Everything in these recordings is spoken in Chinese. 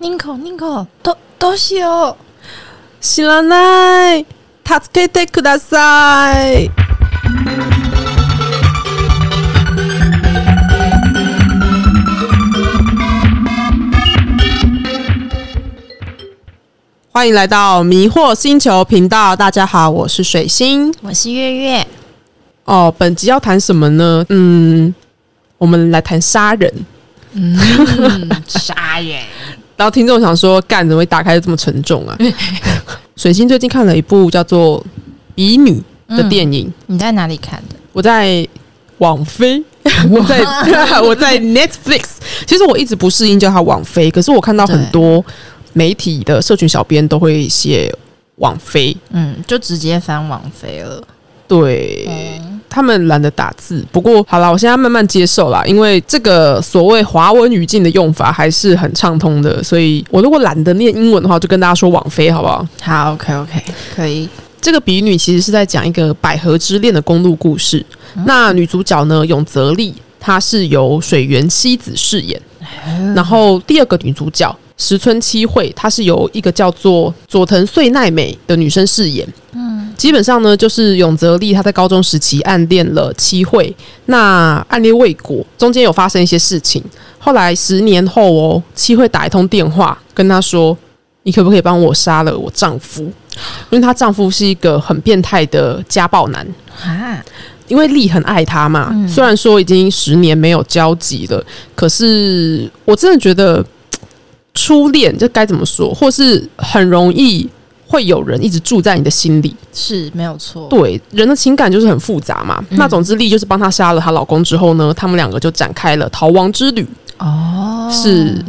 ニコニコどどうしよ知らない助けてください欢迎来到迷惑星球频道，大家好，我是水星。う。我是月 月。哦，本集要谈什么呢？嗯，我们来谈杀人。嗯傻眼。然后听众想说，干怎么会打开就这么沉重啊？水星最近看了一部叫做《比女》嗯的电影，你在哪里看的？我在网飞， 我在 我在 Netflix。其实我一直不适应叫它网飞，可是我看到很多媒体的社群小编都会写网飞，嗯，就直接翻王菲了。对。嗯他们懒得打字，不过好啦，我现在慢慢接受啦，因为这个所谓华文语境的用法还是很畅通的，所以我如果懒得念英文的话，就跟大家说网飞好不好？好，OK OK，可以。这个比女其实是在讲一个百合之恋的公路故事。那女主角呢，永泽丽，她是由水原希子饰演。然后第二个女主角石村七惠，她是由一个叫做佐藤穗奈美的女生饰演。嗯，基本上呢，就是永泽丽她在高中时期暗恋了七惠，那暗恋未果，中间有发生一些事情。后来十年后哦，七惠打一通电话跟她说：“你可不可以帮我杀了我丈夫？”因为她丈夫是一个很变态的家暴男，哈，因为丽很爱他嘛。虽然说已经十年没有交集了，可是我真的觉得嘖初恋这该怎么说，或是很容易会有人一直住在你的心里。是没有错。对，人的情感就是很复杂嘛。那总之，丽就是帮她杀了她老公之后呢，他们两个就展开了逃亡之旅。哦，是。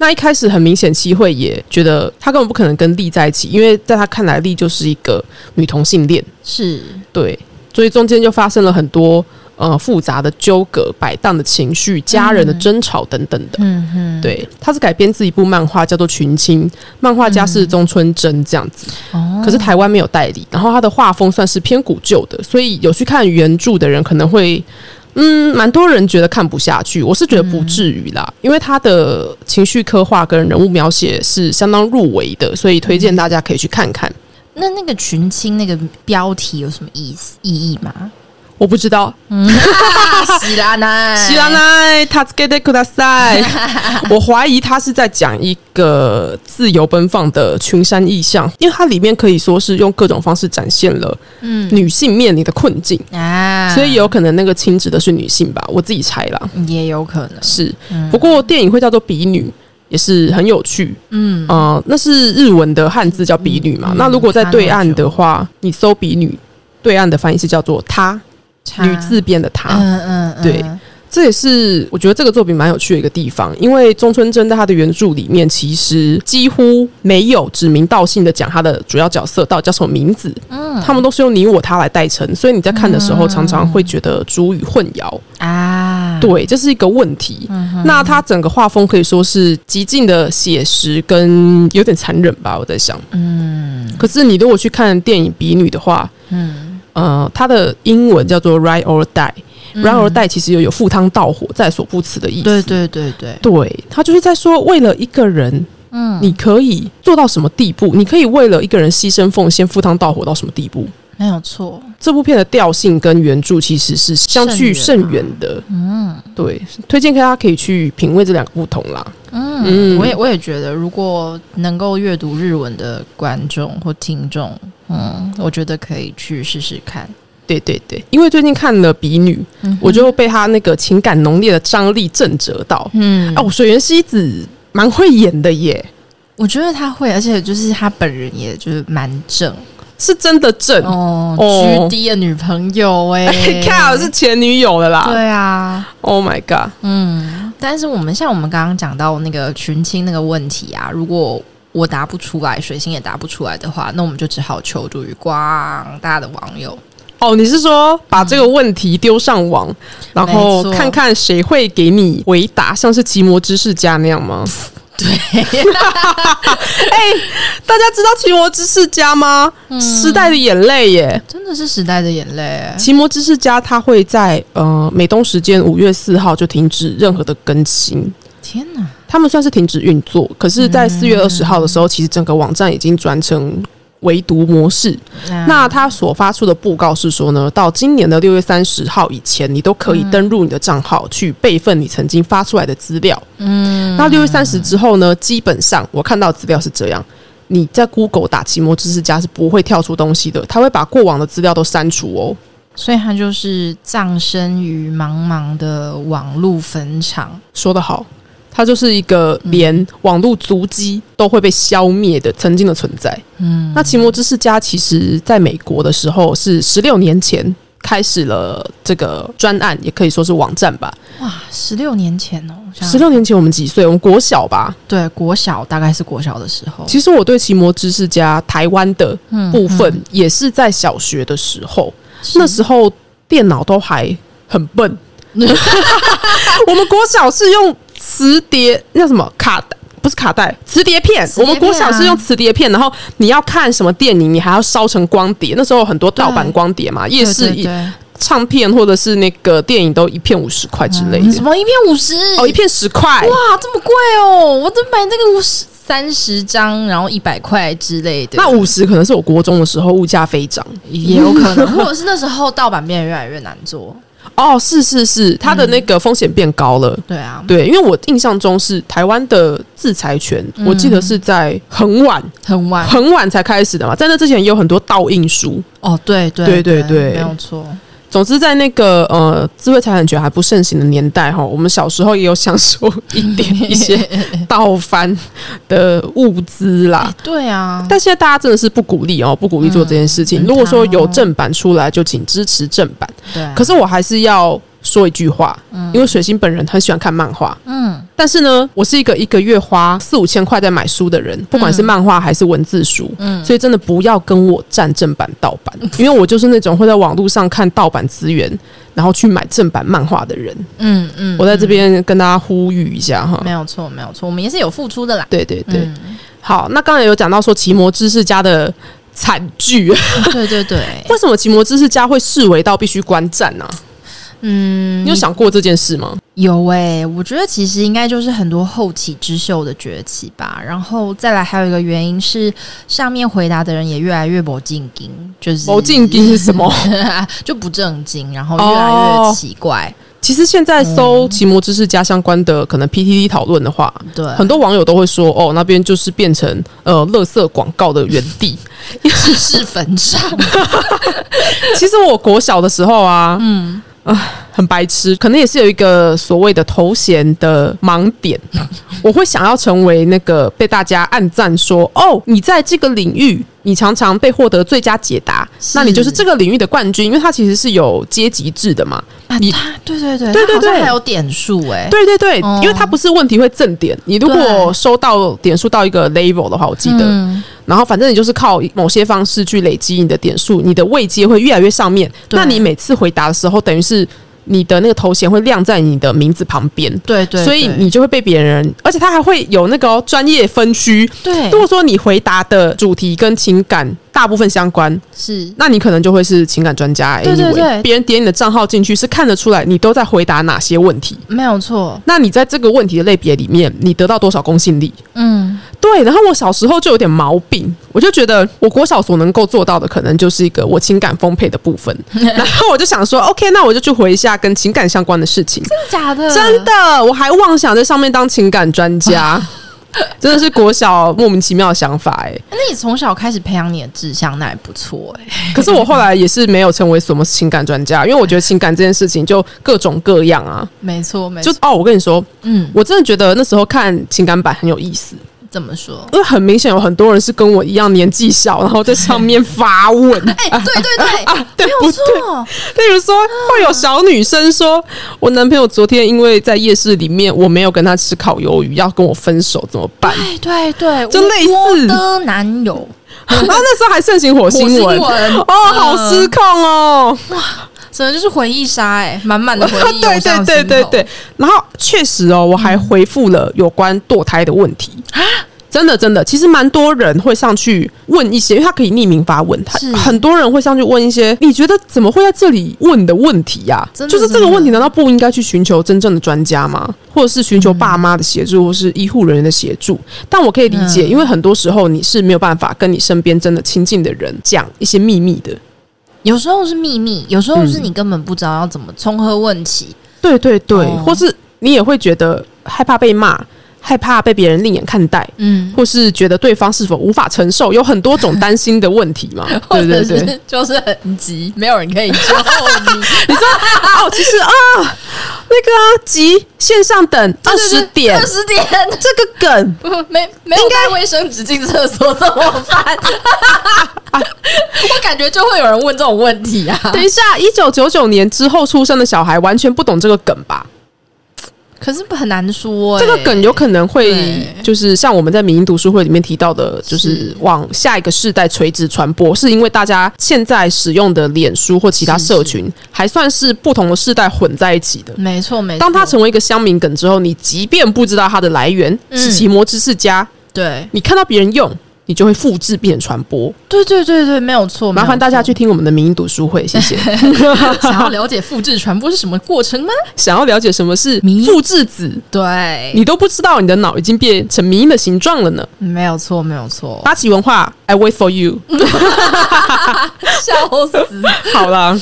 那一开始很明显，七惠也觉得她根本不可能跟丽在一起，因为在她看来，丽就是一个女同性恋。是，对，所以中间就发生了很多呃复杂的纠葛、摆荡的情绪、家人的争吵等等的。嗯哼，对，它是改编自一部漫画，叫做《群青》，漫画家是中村真这样子。嗯哦可是台湾没有代理，然后它的画风算是偏古旧的，所以有去看原著的人可能会。嗯，蛮多人觉得看不下去，我是觉得嗯不至于啦，因为他的情绪刻画跟人物描写是相当入围的，所以推嗯荐大家可以去看看。那那个群青那个标题有什么意思意义吗？我不知道喜拉奈知らない助けてくだ さい。我怀疑他是在讲一个自由奔放的群山意象，因为它里面可以说是用各种方式展现了嗯女性面临的困境，啊，所以有可能那个亲指的是女性吧，我自己猜啦。也有可能。嗯是，不过电影会叫做《比女》。也是很有趣，嗯，呃，那是日文的汉字叫“比女”嘛。嗯那如果在对岸的话，你搜“比女”，对岸的翻译是叫做“她”，差女字边的“她”。嗯嗯嗯，对这也是我觉得这个作品蛮有趣的一个地方，因为中村真在他的原著里面其实几乎没有指名道姓的讲他的主要角色到底叫什么名字，嗯他们都是用你我他来代称，所以你在看的时候常常会觉得主语混淆，啊，对，这是一个问题。嗯那他整个画风可以说是极尽的写实跟有点残忍吧，我在想。嗯可是你如果去看电影《比女》的话，嗯，呃，它的英文叫做 “ride or die”。然嗯而，die 其实又有赴汤蹈火、在所不辞的意思。对对对对，对他就是在说，为了一个人，嗯，你可以做到什么地步？你可以为了一个人牺牲奉献、赴汤蹈火到什么地步？没有错，这部片的调性跟原著其实是相去甚远的。嗯对，推荐大家可以去品味这两个不同啦。嗯，嗯我也我也觉得，如果能够阅读日文的观众或听众，嗯，我觉得可以去试试看。对对对，因为最近看了《比女》嗯哼我就被他那个情感浓烈的张力震折到。嗯，哦，水原希子蛮会演的耶，我觉得他会，而且就是他本人也就是蛮正是真的正。哦，G 哦 D 的女朋友 哎、 看好是前女友了啦。对啊， Oh my god！嗯，但是我们像我们刚刚讲到那个群青那个问题啊，如果我答不出来，水星也答不出来的话，那我们就只好求助于广大的网友。哦，你是说把这个问题丢上网，然嗯没后错看看谁会给你回答，像是奇摩知识家那 样吗？ 对，哎、大家知道奇摩知识家吗？嗯时代的眼泪耶！真的是时代的眼泪，奇摩知识家它会在呃美东时间五月四号就停止任何的更新，天哪！他们算是停止运作，可是，嗯在四月二十号的时候，其实整个网站已经转成围读模式。那他所发出的布告是说呢，到今年的六月三十号以前，你都可以登录你的账号去备份你曾经发出来的资料。嗯，那六月三十之后呢，基本上我看到资料是这样。你在 Google 打“奇摩知识家”是不会跳出东西的，它会把过往的资料都删除哦。所以它就是葬身于茫茫的网路坟场。说得好，它就是一个连网络足迹都会被消灭的曾经的存在。嗯，那奇摩知识家其实在美国的时候是十六年前开始了这个专案，也可以说是网站吧。哇，十六年前哦，十六年前我们几岁？我们国小吧。对国小大概是国小的时候。嗯其实我对奇摩知识家台湾的部分也是在小学的时候，那时候电脑都还很笨。 我们国小是用磁碟，那什么卡带不是卡带，磁碟片。碟我片啊们国小是用磁碟片，然后你要看什么电影，你还要烧成光碟。那时候有很多盗版对光碟嘛，夜嗯市对对一对唱片或者是那个电影都一片五十块之类嗯的什。么一片五十？哦，一片十块，嗯哇，这么贵哦！我只买那个五十三十张，然后一百块之类的，那五十可能是我国中的时候物价飞涨。也有可能， 或者是那时候盗版变得越来越难做。哦，是是是，它嗯的那个风险变高了。对啊，对，因为我印象中是台湾的制裁权，我记得是在很晚很晚很晚才开始的嘛，在那之前也有很多盗印书。哦，对对对对对对没有错。总之，在那个呃智慧财产权还不盛行的年代哈，我们小时候也有享受一点一些盗翻的物资啦。对啊，但现在大家真的是不鼓励哦，不鼓励做这件事情。嗯如果说很烫哦有正版出来，就请支持正版。对啊，可是我还是要说一句话，因为水星本人很喜欢看漫画，嗯，但是呢，我是一个一个月花四五千块在买书的人，不管是漫画还是文字书，嗯所以真的不要跟我站正版盗版，因为我就是那种会在网络上看盗版资源，然后去买正版漫画的人。嗯嗯，我在这边跟大家呼吁一下哈没。有错，没有错，我们也是有付出的啦。对对对，嗯好，那刚才有讲到说奇摩知识家的惨 剧，嗯对对 对，为什么奇摩知识家会视为到必须观战呢、嗯你有想过这件事吗？有诶、我觉得其实应该就是很多后起之秀的崛起吧。然后再来还有一个原因是，上面回答的人也越来越不正经，就是某进兵是什么？ 嗯就不正经，然后越来哦越奇怪。其实现在搜嗯奇摩知识家相关的可能 PTT 讨论的话，对，很多网友都会说，哦，那边就是变成呃，垃圾广告的原 地。世事坟场。其实我国小的时候啊，嗯，啊，很白痴，可能也是有一个所谓的头衔的盲 点，我会想要成为那个被大家暗赞说，哦，你在这个领域。你常常被获得最佳解答，那你就是这个领域的冠军，因为它其实是有阶级制的嘛。啊，你他对对对，对他好对对像还有点数诶、对对对，哦因为它不是问题会正点，你如果对收到点数到一个 level 的话，我记得，嗯然后反正你就是靠某些方式去累积你的点数，你的位阶会越来越上面。对那你每次回答的时候，等于是你的那个头衔会亮在你的名字旁边，对对，所以对你就会被别人，而且他还会有那个哦专业分区。对如果说你回答的主题跟情感大部分相关，是那你可能就会是情感专家。对对 anyway，对别人点你的账号进去是看得出来你都在回答哪些问题。没有错，那你在这个问题的类别里面，你得到多少公信力？嗯对，然后我小时候就有点毛病，我就觉得我国小所能够做到的，可能就是一个我情感丰沛的部 分。然后我就想说，OK，那我就去回一下跟情感相关的事情。真的假的？真的，我还妄想在上面当情感 专家，真的是国小莫名其妙的想法哎、那你从小开始培养你的志向，那也不错欸诶、可是我后来也是没有成为什么情感专家，因为我觉得情感这件事情就各种各样啊。没错没就错，哦，我跟你说，嗯，我真的觉得那时候看情感版很有意思。怎么说？因为很明显有很多人是跟我一样年纪小，然后在上面发问。哎、对对对，啊，对没不有对？错， 例如说，会有小女生说：“我男朋友昨天因为在夜市里面，我没有跟他吃烤鱿鱼，要跟我分手，怎么办对哎对对，就类似我的男友，？”然后那时候还盛行火星火文，星文 哦，好失控哦！真的就是回忆杀哎、满满的 回忆对涌上心头。啊 对哦对对对。然后确实哦，我还回复了有关堕胎的问题。真的真的，其实蛮多人会上去问一些，因为他可以匿名发问，他是很多人会上去问一些，你觉得怎么会在这里问的问题呀、真的就是这个问题，难道不应该去寻求真正的专家吗？或者是寻求爸妈的协助，或是医护人员的协助？但我可以理解，因为很多时候你是没有办法跟你身边真的亲近的人讲一些秘密的。有时候是秘密，有时候是你根本不知道要怎么从何问起。对对对，哦或是你也会觉得害怕被骂，害怕被别人另眼看待。嗯，。或是觉得对方是否无法承受，有很多种担心的问题嘛 或对者对对，是就是很急，没有人可以救你。哦，其实啊，那个啊，急线上等二十点二，十点，这个梗 没没有带卫生纸进厕所怎么办？ 我感觉就会有人问这种问题啊。等一下，一九九九年之后出生的小孩完全不懂这个梗吧？可是很难说、欸，这个梗有可能会对就是像我们在民营读书会里面提到的，就是是往下一个世代垂直传播，是因为大家现在使用的脸书或其他是社群还算是不同的世代混在一起的。没错没错。当它成为一个乡民梗之后，你即便不知道它的来源嗯是奇摩知识家，对你看到别人用，你就会复制并且传播。对对对对，没有错。麻烦大家没有去听我们的民营读书会，谢谢。错 想要了解复制传播是什么过程吗？ 想要了解什么是民复制子，对，你都不知道你的脑已经变成民营的形状了呢。没有错没有错，八旗文化，I wait for you。笑死。好啦，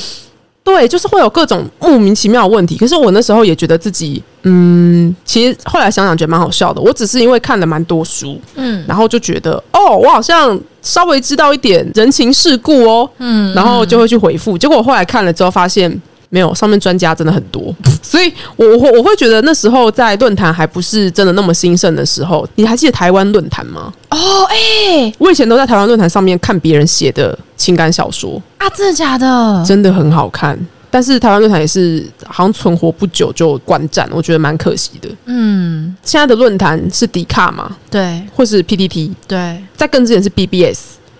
对，就是会有各种莫名其妙的问题。可是我那时候也觉得自己，嗯，其实后来想想觉得蛮好笑的。我只是因为看了蛮多书，嗯然后就觉得哦，我好像稍微知道一点人情世故哦，嗯，然后就会去回复。结果我后来看了之后发现。没有，上面专家真的很多，所以我我会我会觉得那时候在论坛还不是真的那么兴盛的时候，你还记得台湾论坛吗？哦哎、我以前都在台湾论坛上面看别人写的情感小说，啊，真的假的？真的很好看。但是台湾论坛也是好像存活不久就关站，我觉得蛮可惜的。嗯，现在的论坛是迪卡嘛，对或是 PTT，对在更之前是 BBS，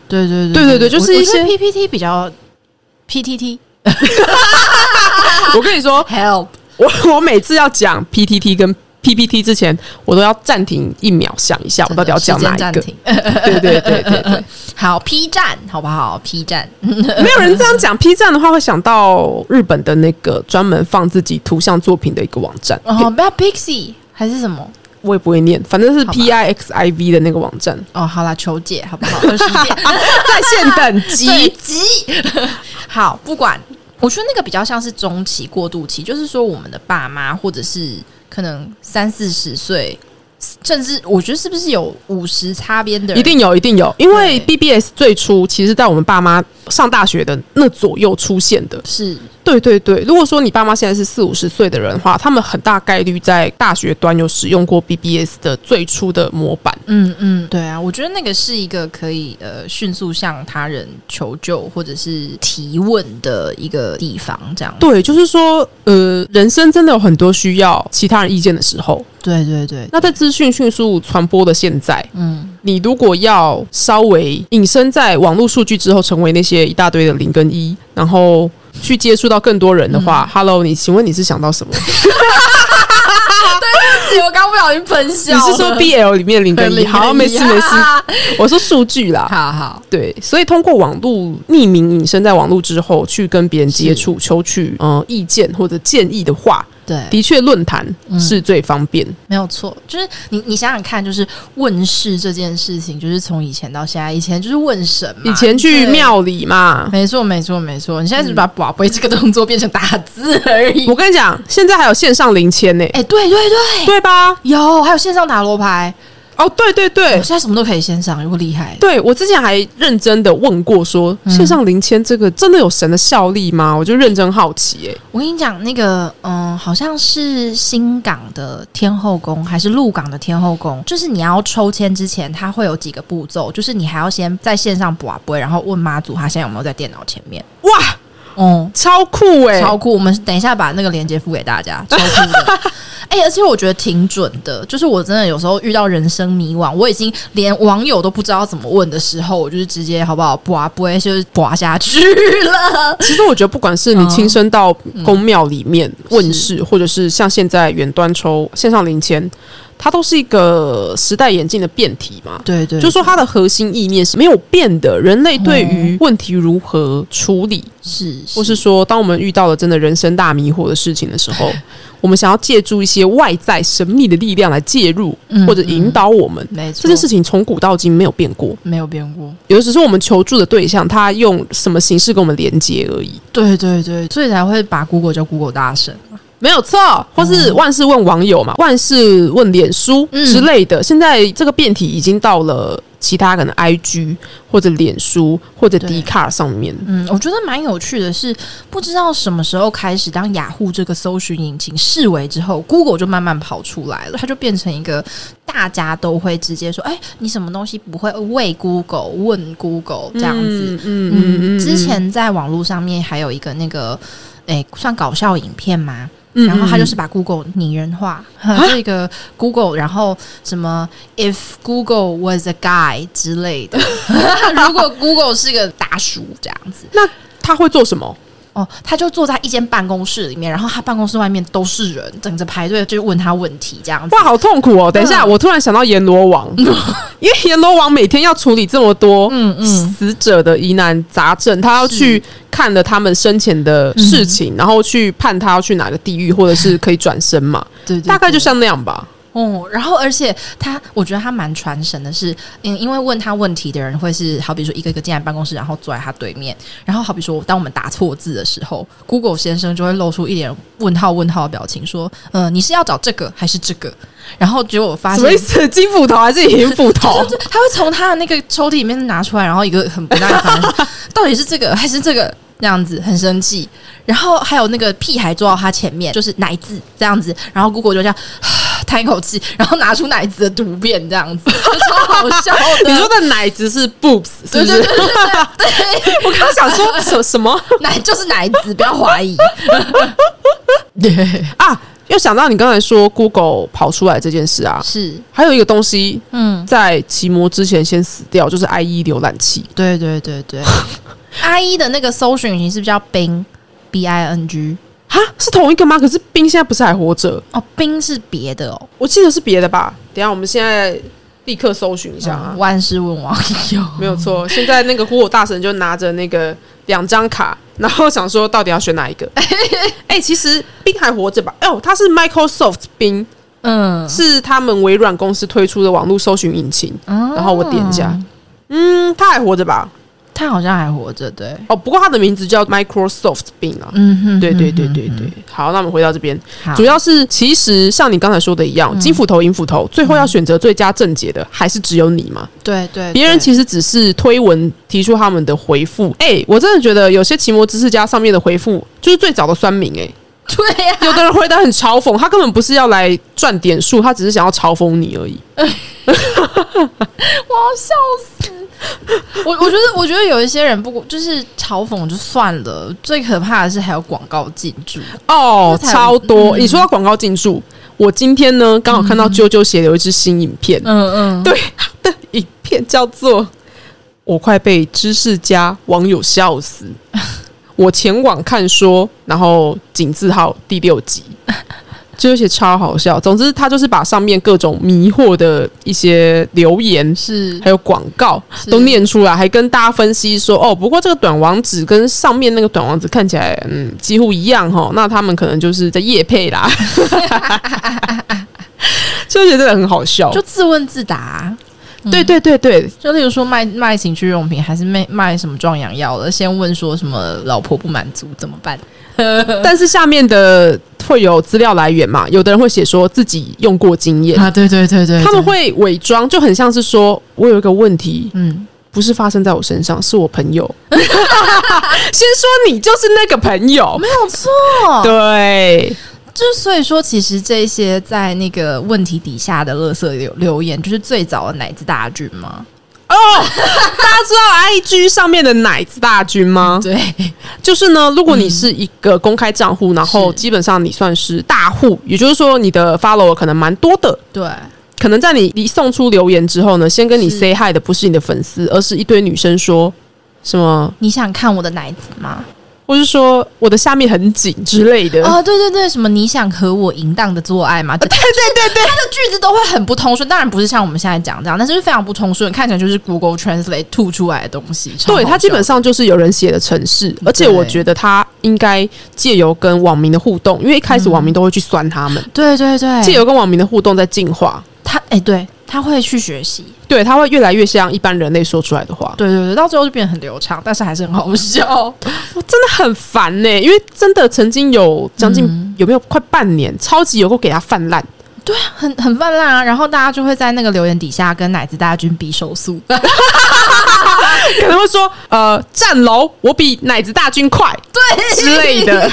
对对对对对就是我一我觉得些 PPT 比较 PTT 我跟你说， help 我 我每次要讲 PTT 跟 PPT 之前，我都要暂停一秒想一下，我到底要讲哪一暂个？停。 对对对对对，好，P 站好不好？P 站，没有人这样讲。P 站的话，会想到日本的那个专门放自己图像作品的一个网站，哦，不要 Pixie 还是什么？ 我也不会念，反正是好吧 P I X I V 的那个网站，哦，好啦，求解好不 好？二十点 在线等 级。急，好，不管。我觉得那个比较像是中期过渡期，就是说我们的爸妈或者是可能三四十岁，甚至我觉得是不是有五十擦边的人，一定有，一定有，因为对 BBS 最初其实在我们爸妈上大学的那左右出现的，是对对对，如果说你爸妈现在是四五十岁的人的话，他们很大概率在大学端有使用过 BBS 的最初的模板。嗯嗯，对啊，我觉得那个是一个可以呃迅速向他人求救或者是提问的一个地方，这样。对，就是说，呃，人生真的有很多需要其他人意见的时候。对对对，那在资讯迅速传播的现在，嗯，你如果要稍微隐身在网络数据之后，成为那些一大堆的零跟一，然后去接触到更多人的话、h e l l o 你请问你是想到什么？是我刚不小心喷你笑是说 BL 里面的零跟一？好，没事没事，我说数据 啦。好好，对，所以通过网络匿名隐身在网络之后，去跟别人接触、求取嗯、呃意见或者建议的话，对，的确论坛是最方便。没有错，就是你你想想看，就是问世这件事情，就是从以前到现在，以前就是问神嘛，以前去对。庙嗯里嘛，没错，没错，没错。你现在只是把“宝贝”这个动作变成打字而已我。跟你讲，现在还有线上零签呢、哎、对对对，对吧？有还有线上塔罗牌，哦，对对对我。现在什么都可以线上，有够厉害的。对，我之前还认真的问过说，嗯线上零签这个真的有神的效力吗？我就认真好奇、欸，我跟你讲，那个嗯，好像是新港的天后宫还是鹿港的天后宫，就是你要抽签之前，它会有几个步骤，就是你还要先在线上卜卜，然后问妈祖他现在有没有在电脑前面。哇，哦、超酷哎、 超酷！我们等一下把那个链接付给大家，超酷的。哎、而且我觉得挺准的，就是我真的有时候遇到人生迷惘，我已经连网友都不知道怎么问的时候，我就是直接好不好，拔不会就是拔下去了。其实我觉得，不管是你嗯亲身到公庙里面问世，或者是像现在远端抽线上零钱，它都是一个时代演进的变体嘛。对对就说它的核心意念是没有变的，人类对于问题如何处理，嗯是或是说，当我们遇到了真的人生大迷惑的事情的时 候，我们想要借助一些外在神秘的力量来介入嗯或者引导我们。没错，这件事情从古到今没有变过，没有变过。有的只是我们求助的对象，他用什么形式跟我们连接而已，对对对，所以才会把 Google 叫 Google 大神。没有错。或是万事问网友嘛，万事问脸书嗯之类的。现在这个变体已经到了其他可能 IG 或者脸书或者对 d 卡上面。嗯，我觉得蛮有趣的是，不知道什么时候开始，当雅虎这个搜寻引擎式微之后，Google 就慢慢跑出来了，它就变成一个大家都会直接说：“哎、你什么东西不会为 Google 问 Google 这样子。嗯嗯嗯，之前在网络上面还有一个那个，哎、算搞笑影片吗？嗯然后他嗯就是把 Google 拟人化， 这个 Google，然后什么 If Google was a guy 之类 的，如果 Google 是个大叔这样子，他会做什么？哦，他就坐在一间办公室里面，然后他办公室外面都是人，等着排队就问他问题这样子哇，。好痛苦嗯哦！等一下，我突然想到阎罗王， 因为阎罗王每天要处理这么多嗯嗯，死者的疑难杂症，他要去看了他们生前的嗯事情，然后去判他要去哪个地狱，或者是可以转身嘛，对对对大概就像那样吧。哦，然后而且他，我觉得他蛮传神的是，嗯，因为问他问题的人会是好比说一个一个进来办公室，然后坐在他对面，然后好比说当我们打错字的时候，Google 先生就会露出一脸问号问号的表情，说，呃，你是要找这个还是这个？然后结果我发什现么意。思？金斧头还是银斧头？ 哦就是他会从他的那个抽屉里面拿出来，然后一个很不耐烦地说，到底是这个还是这个？这样子很生气，然后还有那个屁孩坐到他前面，就是奶子这样子，然后姑姑就这样叹一口气，然后拿出奶子的图片这样子，超好笑的。 你说的奶子是 boobs 是对不对对是？对对 对，我刚想说什什么奶就是奶子，不要怀 疑。啊？又想到你刚才说 Google 跑出来这件事啊， 是，还有一个东西嗯，在奇摩之前先死掉，就是 IE 浏览器。对对对对。阿一的那个搜寻引擎是不是叫冰 B I N G？哈，是同一个吗？可是冰现在不是还活着？哦，冰是别的哦。我记得是别的吧？等一下我们现在立刻搜寻一下啊，嗯万事问网友，没有哦错。现在那个火火大神就拿着那个两张卡，然后想说到底要选哪 一个？哎、其实冰还活着吧？哦，它是 Microsoft 冰，嗯，是他们微软公司推出的网络搜寻引擎。然然后我点一哦下，嗯，它还活着吧？他好像还活着，对，哦，不过它的名字叫 Microsoft 冰啊。嗯哼对对对对对，好，那我们回到这边，好嗯主要是其实像你刚才说的一样，金斧头、银斧头，最后要选择最佳症结的还是只有你嘛？对对，别人其实只是推文提出他们的回复。哎、我真的觉得有些奇摩知识家上面的回复就是最早的酸民哎、对呀，有的人回答很嘲讽，他根本不是要来赚点数，他只是想要嘲讽你而已。我要笑死。我我觉得，我觉得有一些人不就是嘲讽就算了，最可怕的是还有广告进驻。哦，那才嗯超多！你说到广告进驻，我今天呢刚好看到啾啾写有一支新影片，嗯嗯，对，他的影片叫做《我快被知识家网友 笑死》，我前往看说，然后井字号第六集，这些超好笑。总之，他就是把上面各种迷惑的一些留言。是还有广告是都念出来，还跟大家分析说哦，不过这个短网址跟上面那个短网址看起来嗯几乎一样哈，那他们可能就是在夜 配啦， 就觉得真的很好笑。就自问自答。啊对对对对，就例如说卖卖情趣用品，还是卖卖什么壮阳药的，先问说什么老婆不满足怎么办？但是下面的会有资料来源嘛？有的人会写说自己用过经验，啊，对对对对他们会伪装，就很像是说我有一个问题，嗯，不是发生在我身上，是我朋 友。先说你就是那个朋友，没有错。嗯对，就是所以说，其实这些在那个问题底下的垃圾留留言，就是最早的奶子大军嘛。哦，大家知道 IG 上面的奶子大军吗？对，嗯就是呢，如果你是一个公开账户，然后是基本上你算是大户，也就是说你的 follower 可能蛮多的。对，可能在你一送出留言之后呢，先跟你是 say hi 的不是你的粉丝，而是一堆女生说什么，你想看我的奶子吗？或是说我的下面很紧之类的。哦，对对对，什么你想和我淫荡的做爱呃吗？对对对对，他的句子都会很不通顺，当然不是像我们现在讲这样，但是是非常不通顺，看起来就是 Google Translate 吐出来的东西。超对，好它基笑本上就是有人写的城市，而且我觉得它应该借由跟网民的互动，因为一开始网民都会去酸他们，对对借对，由跟网民的互动在进化，他哎、对他会去学习，对，它会越来越像一般人类说出来的话。对对对，到最后就变得很流畅，但是还是很好 笑。我真的很烦呢、因为真的曾经有将近、嗯有没有快半年，超级有够给它泛滥。很很泛滥啊，然后大家就会在那个留言底下跟奶子大军比手速，对可能会说，呃，战楼我比奶子大军 快之类的。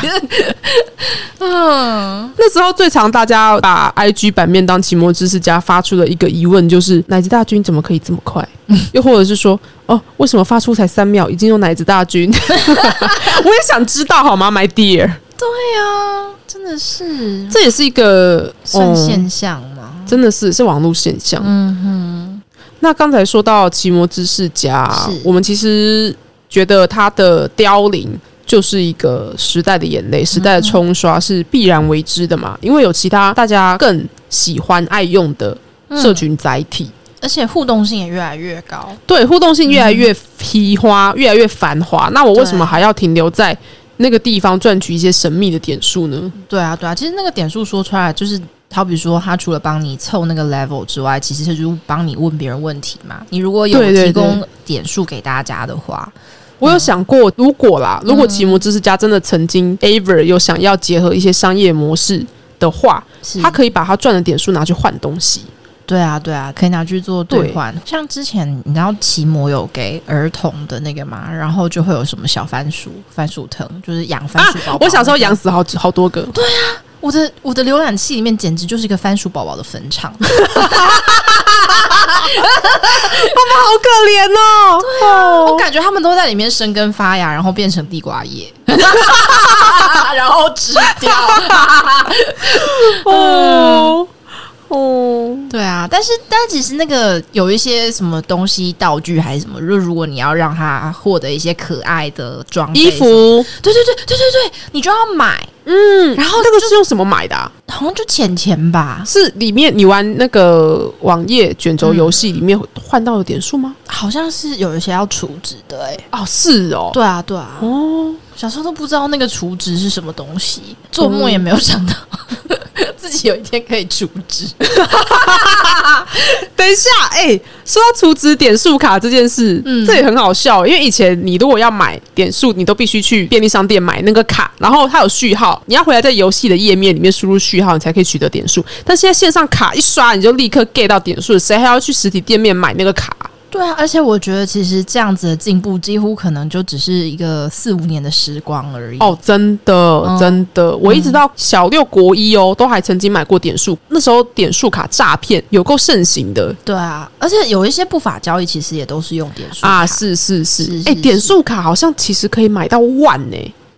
嗯，那时候最常大家把 IG 版面当期末知识家发出的一个疑问就是，奶子大军怎么可以这么快？又或者是说，哦，为什么发出才三秒已经有奶子大军？ 我也想知道好吗，My dear？对啊，真的是这也是一个算哦现象吗？真的是是网络现象。嗯哼，那刚才说到奇摩知识家是，我们其实觉得它的凋零就是一个时代的眼泪，嗯时代的冲刷是必然为之的嘛，因为有其他大家更喜欢爱用的社群载体。嗯而且互动性也越来越高，对，互动性越来越疲花，越来越繁华。那我为什么嗯对还要停留在那个地方赚取一些神秘的点数呢？对啊，对啊，其实那个点数说出来就是。好比说，他除了帮你凑那个 level 之外，其实是就是帮你问别人问题嘛。你如果有对对提供点数给大家的话，我有想过，如果啦，嗯如果奇摩知识家真的曾经 ever 有想要结合一些商业模式的话，是他可以把他赚的点数拿去换东西。对啊，对啊，可以拿去做兑对换。像之前你知道奇摩有给儿童的那个嘛，然后就会有什么小番薯、番薯藤，就是养番薯宝宝、啊我小时候养，死好 好多个，对，我的我的浏览器里面简直就是一个番薯宝宝的坟场。 好可怜哦。对我感觉他们都在里面生根发芽，然后变成地瓜叶， 然后吃掉。哦哦， 对啊，但是但其实那个有一些什么东西道具还是什么，就如果你要让他获得一些可爱的装备衣什么，服，对对对对对对，你就要买。嗯，然后那个是用什么买的啊？好像就钱钱吧，是里面你玩那个网页卷轴游戏里面换到的点数吗？好像是有一些要储值的哎、哦，是哦，对啊，对啊，哦，小时候都不知道那个储值是什么东西，做梦也没有想到 自己有一天可以储值。等一下，哎、说到储值点数卡这件事，嗯这也很好笑，因为以前你如果要买点数，你都必须去便利商店买那个卡，然后它有序号，你要回来在游戏的页面里面输入序号，你才可以取得点数。但现在线上卡一刷，你就立刻 get 到点数，谁还要去实体店面买那个卡？对啊，而且我觉得其实这样子的进步，几乎可能就只是一个四五年的时光而已。哦，真的嗯，真的，我一直到小六国一哦，都还曾经买过点数，那时候点数卡诈骗有够盛行的。对啊，而且有一些不法交易其实也都是用点数卡啊，是是是是，哎、是点是数卡好像其实可以买到万呢、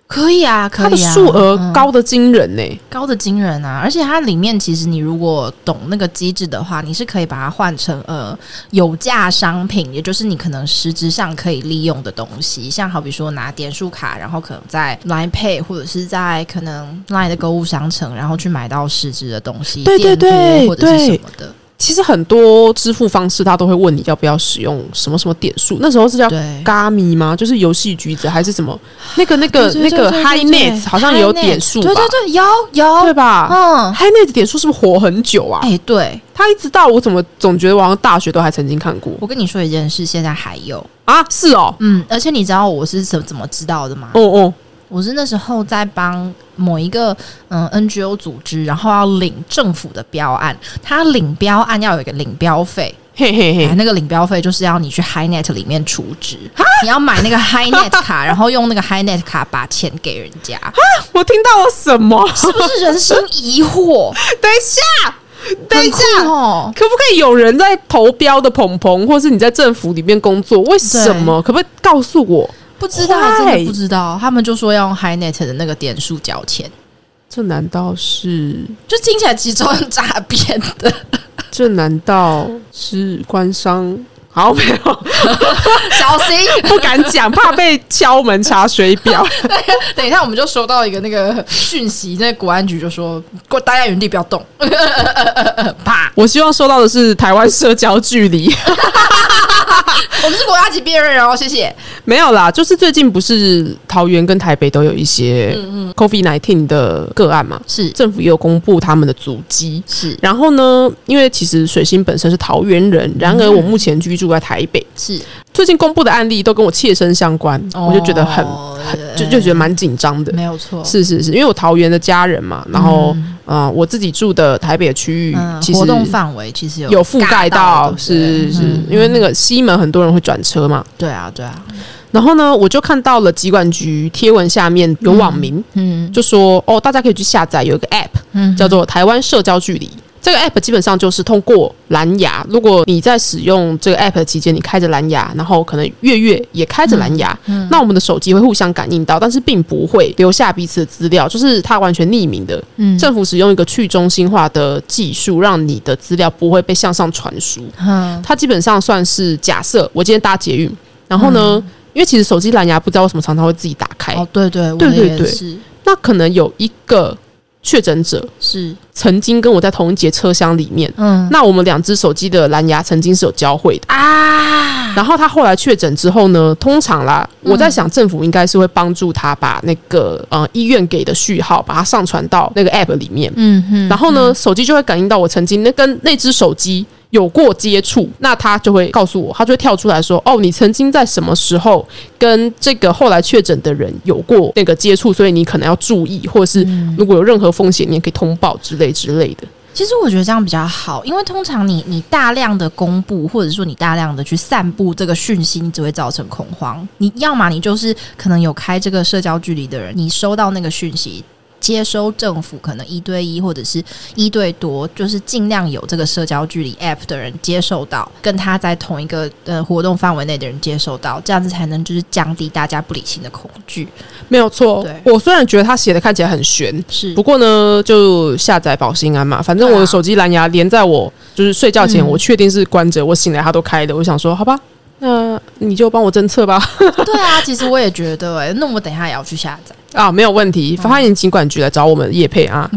可以啊，可以它啊，的数额嗯高的惊人呢、高的惊人啊！而且它里面其实你如果懂那个机制的话，你是可以把它换成呃有价商品，也就是你可能实质上可以利用的东西，像好比说拿点数卡，然后可能在 Line Pay 或者是在可能 Line 的购物商城，然后去买到实质的东西，对对电锅或对者是什么的，其实很多支付方式，他都会问你要不要使用什么什么点数。那时候是叫对。咖咪吗？就是游戏橘子还是什么？那个那个对那对对个对 High 对对 Net 好像也有点数吧对？对对，有有，对吧嗯， ？High Net 点数是不是活很久啊哎、？对他一直到我怎么总觉得我好像大学都还曾经看过我跟你说一件事，现在还有，啊？是哦，嗯，而且你知道我是怎怎么知道的吗？哦哦，我是那时候在帮某一个嗯 NGO 组织，然后要领政府的标案，他领标案要有一个领标费，嘿嘿哎，嘿，那个领标费就是要你去 HiNet 里面储值，啊你要买那个 HiNet 卡，然后用那个 HiNet 卡把钱给啊人家， 我听到了什么？是不是人心疑惑？等一下， 等一很下酷，哦，可不可以有人在投标的鹏鹏，或是你在政府里面工作，为什么？可不可以告诉我？不知道， Why？真的不知道。他们就说要用 HiNet 的那个点数缴钱，这难道是？就听起来其实超像诈骗的。这难道是官商？好，没 有，小心，不敢讲，怕被敲门查水表。等一下我们就收到一个那个讯息，那个国安局就说：“给我待在原地，不要动。 啪！ 我希望收到的是台湾社交距离。我们是国家级辨认人哦，谢谢。没有啦，就是最近不是桃园跟台北都有一些 COVID nineteen 的个案嘛，是政府也有公布他们的足迹。是然后呢，因为其实水星本身是桃园人，然而我目前居住在台北，是，最近公布的案例都跟我切身相关，我就觉得很哦就就觉得蛮紧张的。没有错，是是是，因为我桃园的家人嘛，然后嗯、呃我自己住的台北的区域，嗯其实活动范围其实有有覆到，盖对到，不是对是是嗯，因为那个西门很多人会转车嘛，对啊对啊，然后呢，我就看到了疾管局贴文下面有网民、嗯就说，哦，大家可以去下载有一个 app 嗯叫做台湾社交距离。这个 app 基本上就是通过蓝牙，如果你在使用这个 app 的期间，你开着蓝牙，然后可能月月也开着蓝牙，嗯那我们的手机会互相感应到，但是并不会留下彼此的资料，就是它完全匿名的。嗯政府使用一个去中心化的技术，让你的资料不会被向上传输。嗯它基本上算是假设我今天搭捷运，然后呢，因为其实手机蓝牙不知道为什么常常会自己打开，嗯哦对对对我的对也对是那可能有一个确诊者是曾经跟我在同一节车厢里面，嗯那我们两只手机的蓝牙曾经是有交汇的。啊然后他后来确诊之后呢，通常啦，嗯我在想政府应该是会帮助他把那个呃医院给的序号把它上传到那个 app 里面，嗯哼然后呢，手机就会感应到我曾经那跟那只手机有过接触，那它就会告诉我，它就会跳出来说，哦，你曾经在什么时候跟这个后来确诊的人有过那个接触，所以你可能要注意，或者是嗯如果有任何风险，你也可以通报之类之类的。其实我觉得这样比较好，因为通常你你大量的公布，或者说你大量的去散布这个讯息，你只会造成恐慌。你要么你就是可能有开这个社交距离的人，你收到那个讯息。接收政府可能一对一或者是一对多，就是尽量有这个社交距离 App 的人接受到，跟他在同一个呃活动范围内的人接受到，这样子才能就是降低大家不理性的恐惧。没有错对，我虽然觉得他写的看起来很悬。是不过呢，就下载保心安嘛，反正对啊我的手机蓝牙连在我就是睡觉前，嗯我确定是关着，我醒来它都开的。我想说，好吧，那你就帮我侦测吧。 对啊，其实我也觉得、欸，那我等一下也要去下载。啊，没有问嗯题，发言尽管局来找我们叶配啊，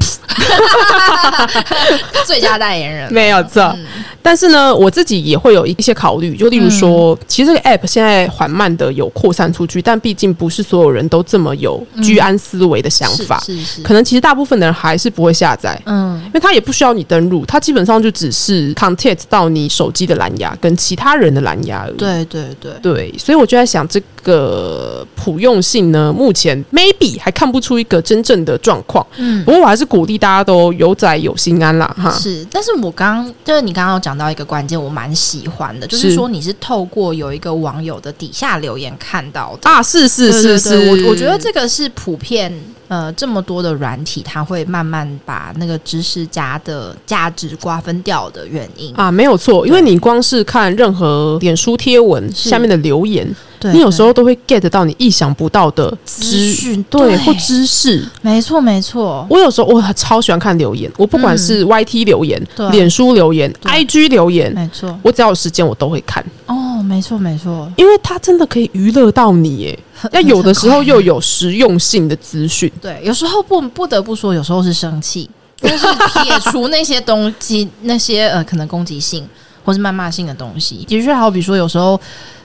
最佳代言人，没有错。嗯但是呢，我自己也会有一些考虑，就例如说，嗯其实这个 app 现在缓慢的有扩散出去，但毕竟不是所有人都这么有居安思危的想法，嗯是是可能其实大部分的人还是不会下载。嗯因为它也不需要你登录，它基本上就只是 contact 到你手机的蓝牙跟其他人的蓝牙而已。，对对对，对，所以我就在想，这个普用性呢，目前 maybe 还看不出一个真正的状况。嗯。不过我啊还是鼓励大家都有仔有心安啦，哈。是，但是我刚刚就是你刚刚有讲到一个关键，我蛮喜欢的，就是是说你是透过有一个网友的底下留言看到的，啊，是是对对是对是，我我觉得这个是普遍呃这么多的软体，它会慢慢把那个知识家的价值瓜分掉的原因。啊没有错，因为你光是看任何脸书贴文是下面的留言，对，你有对时候都会 get 到你意想不到的资知。讯对，或知识，没错没错，我有时候我超喜欢看留言，我不管是 YT 留言、嗯对啊脸书留言、对啊 IG 留言，没错我只要有时间我都会看，哦，没错没错。因为它真的可以娱乐到 你耶。那有的时候又有实用性的资讯，对，有时候不不得不说，有时候是生 气，但是撇除那些东西，那些呃可能攻击性或是谩骂性的东西，的确好比说，有时候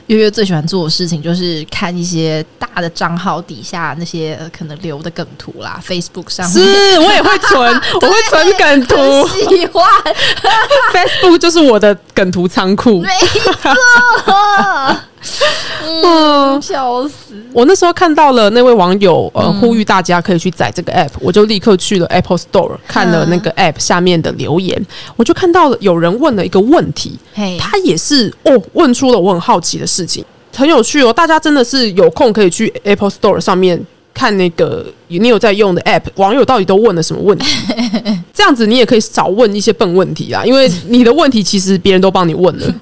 月月最喜欢做的事情就是看一些大的账号底下那些、呃、可能留的梗图啦，Facebook 上是面。我也会存， 我会存梗图很喜欢， ，Facebook 就是我的梗图仓库。没错，嗯，笑死！我那时候看到了那位网友呃嗯呼吁大家可以去载这个 app，我就立刻去了 Apple Store 看嗯了那个 app 下面的留言，我就看到了有人问了一个问题，嘿，他也是哦问出了我很好奇的事情，很有趣哦，大家真的是有空可以去 Apple Store 上面。看那个你有在用的 App，网友到底都问了什么问题？这这样子你也可以少问一些笨问题啦，因为你的问题其实别人都帮你问了。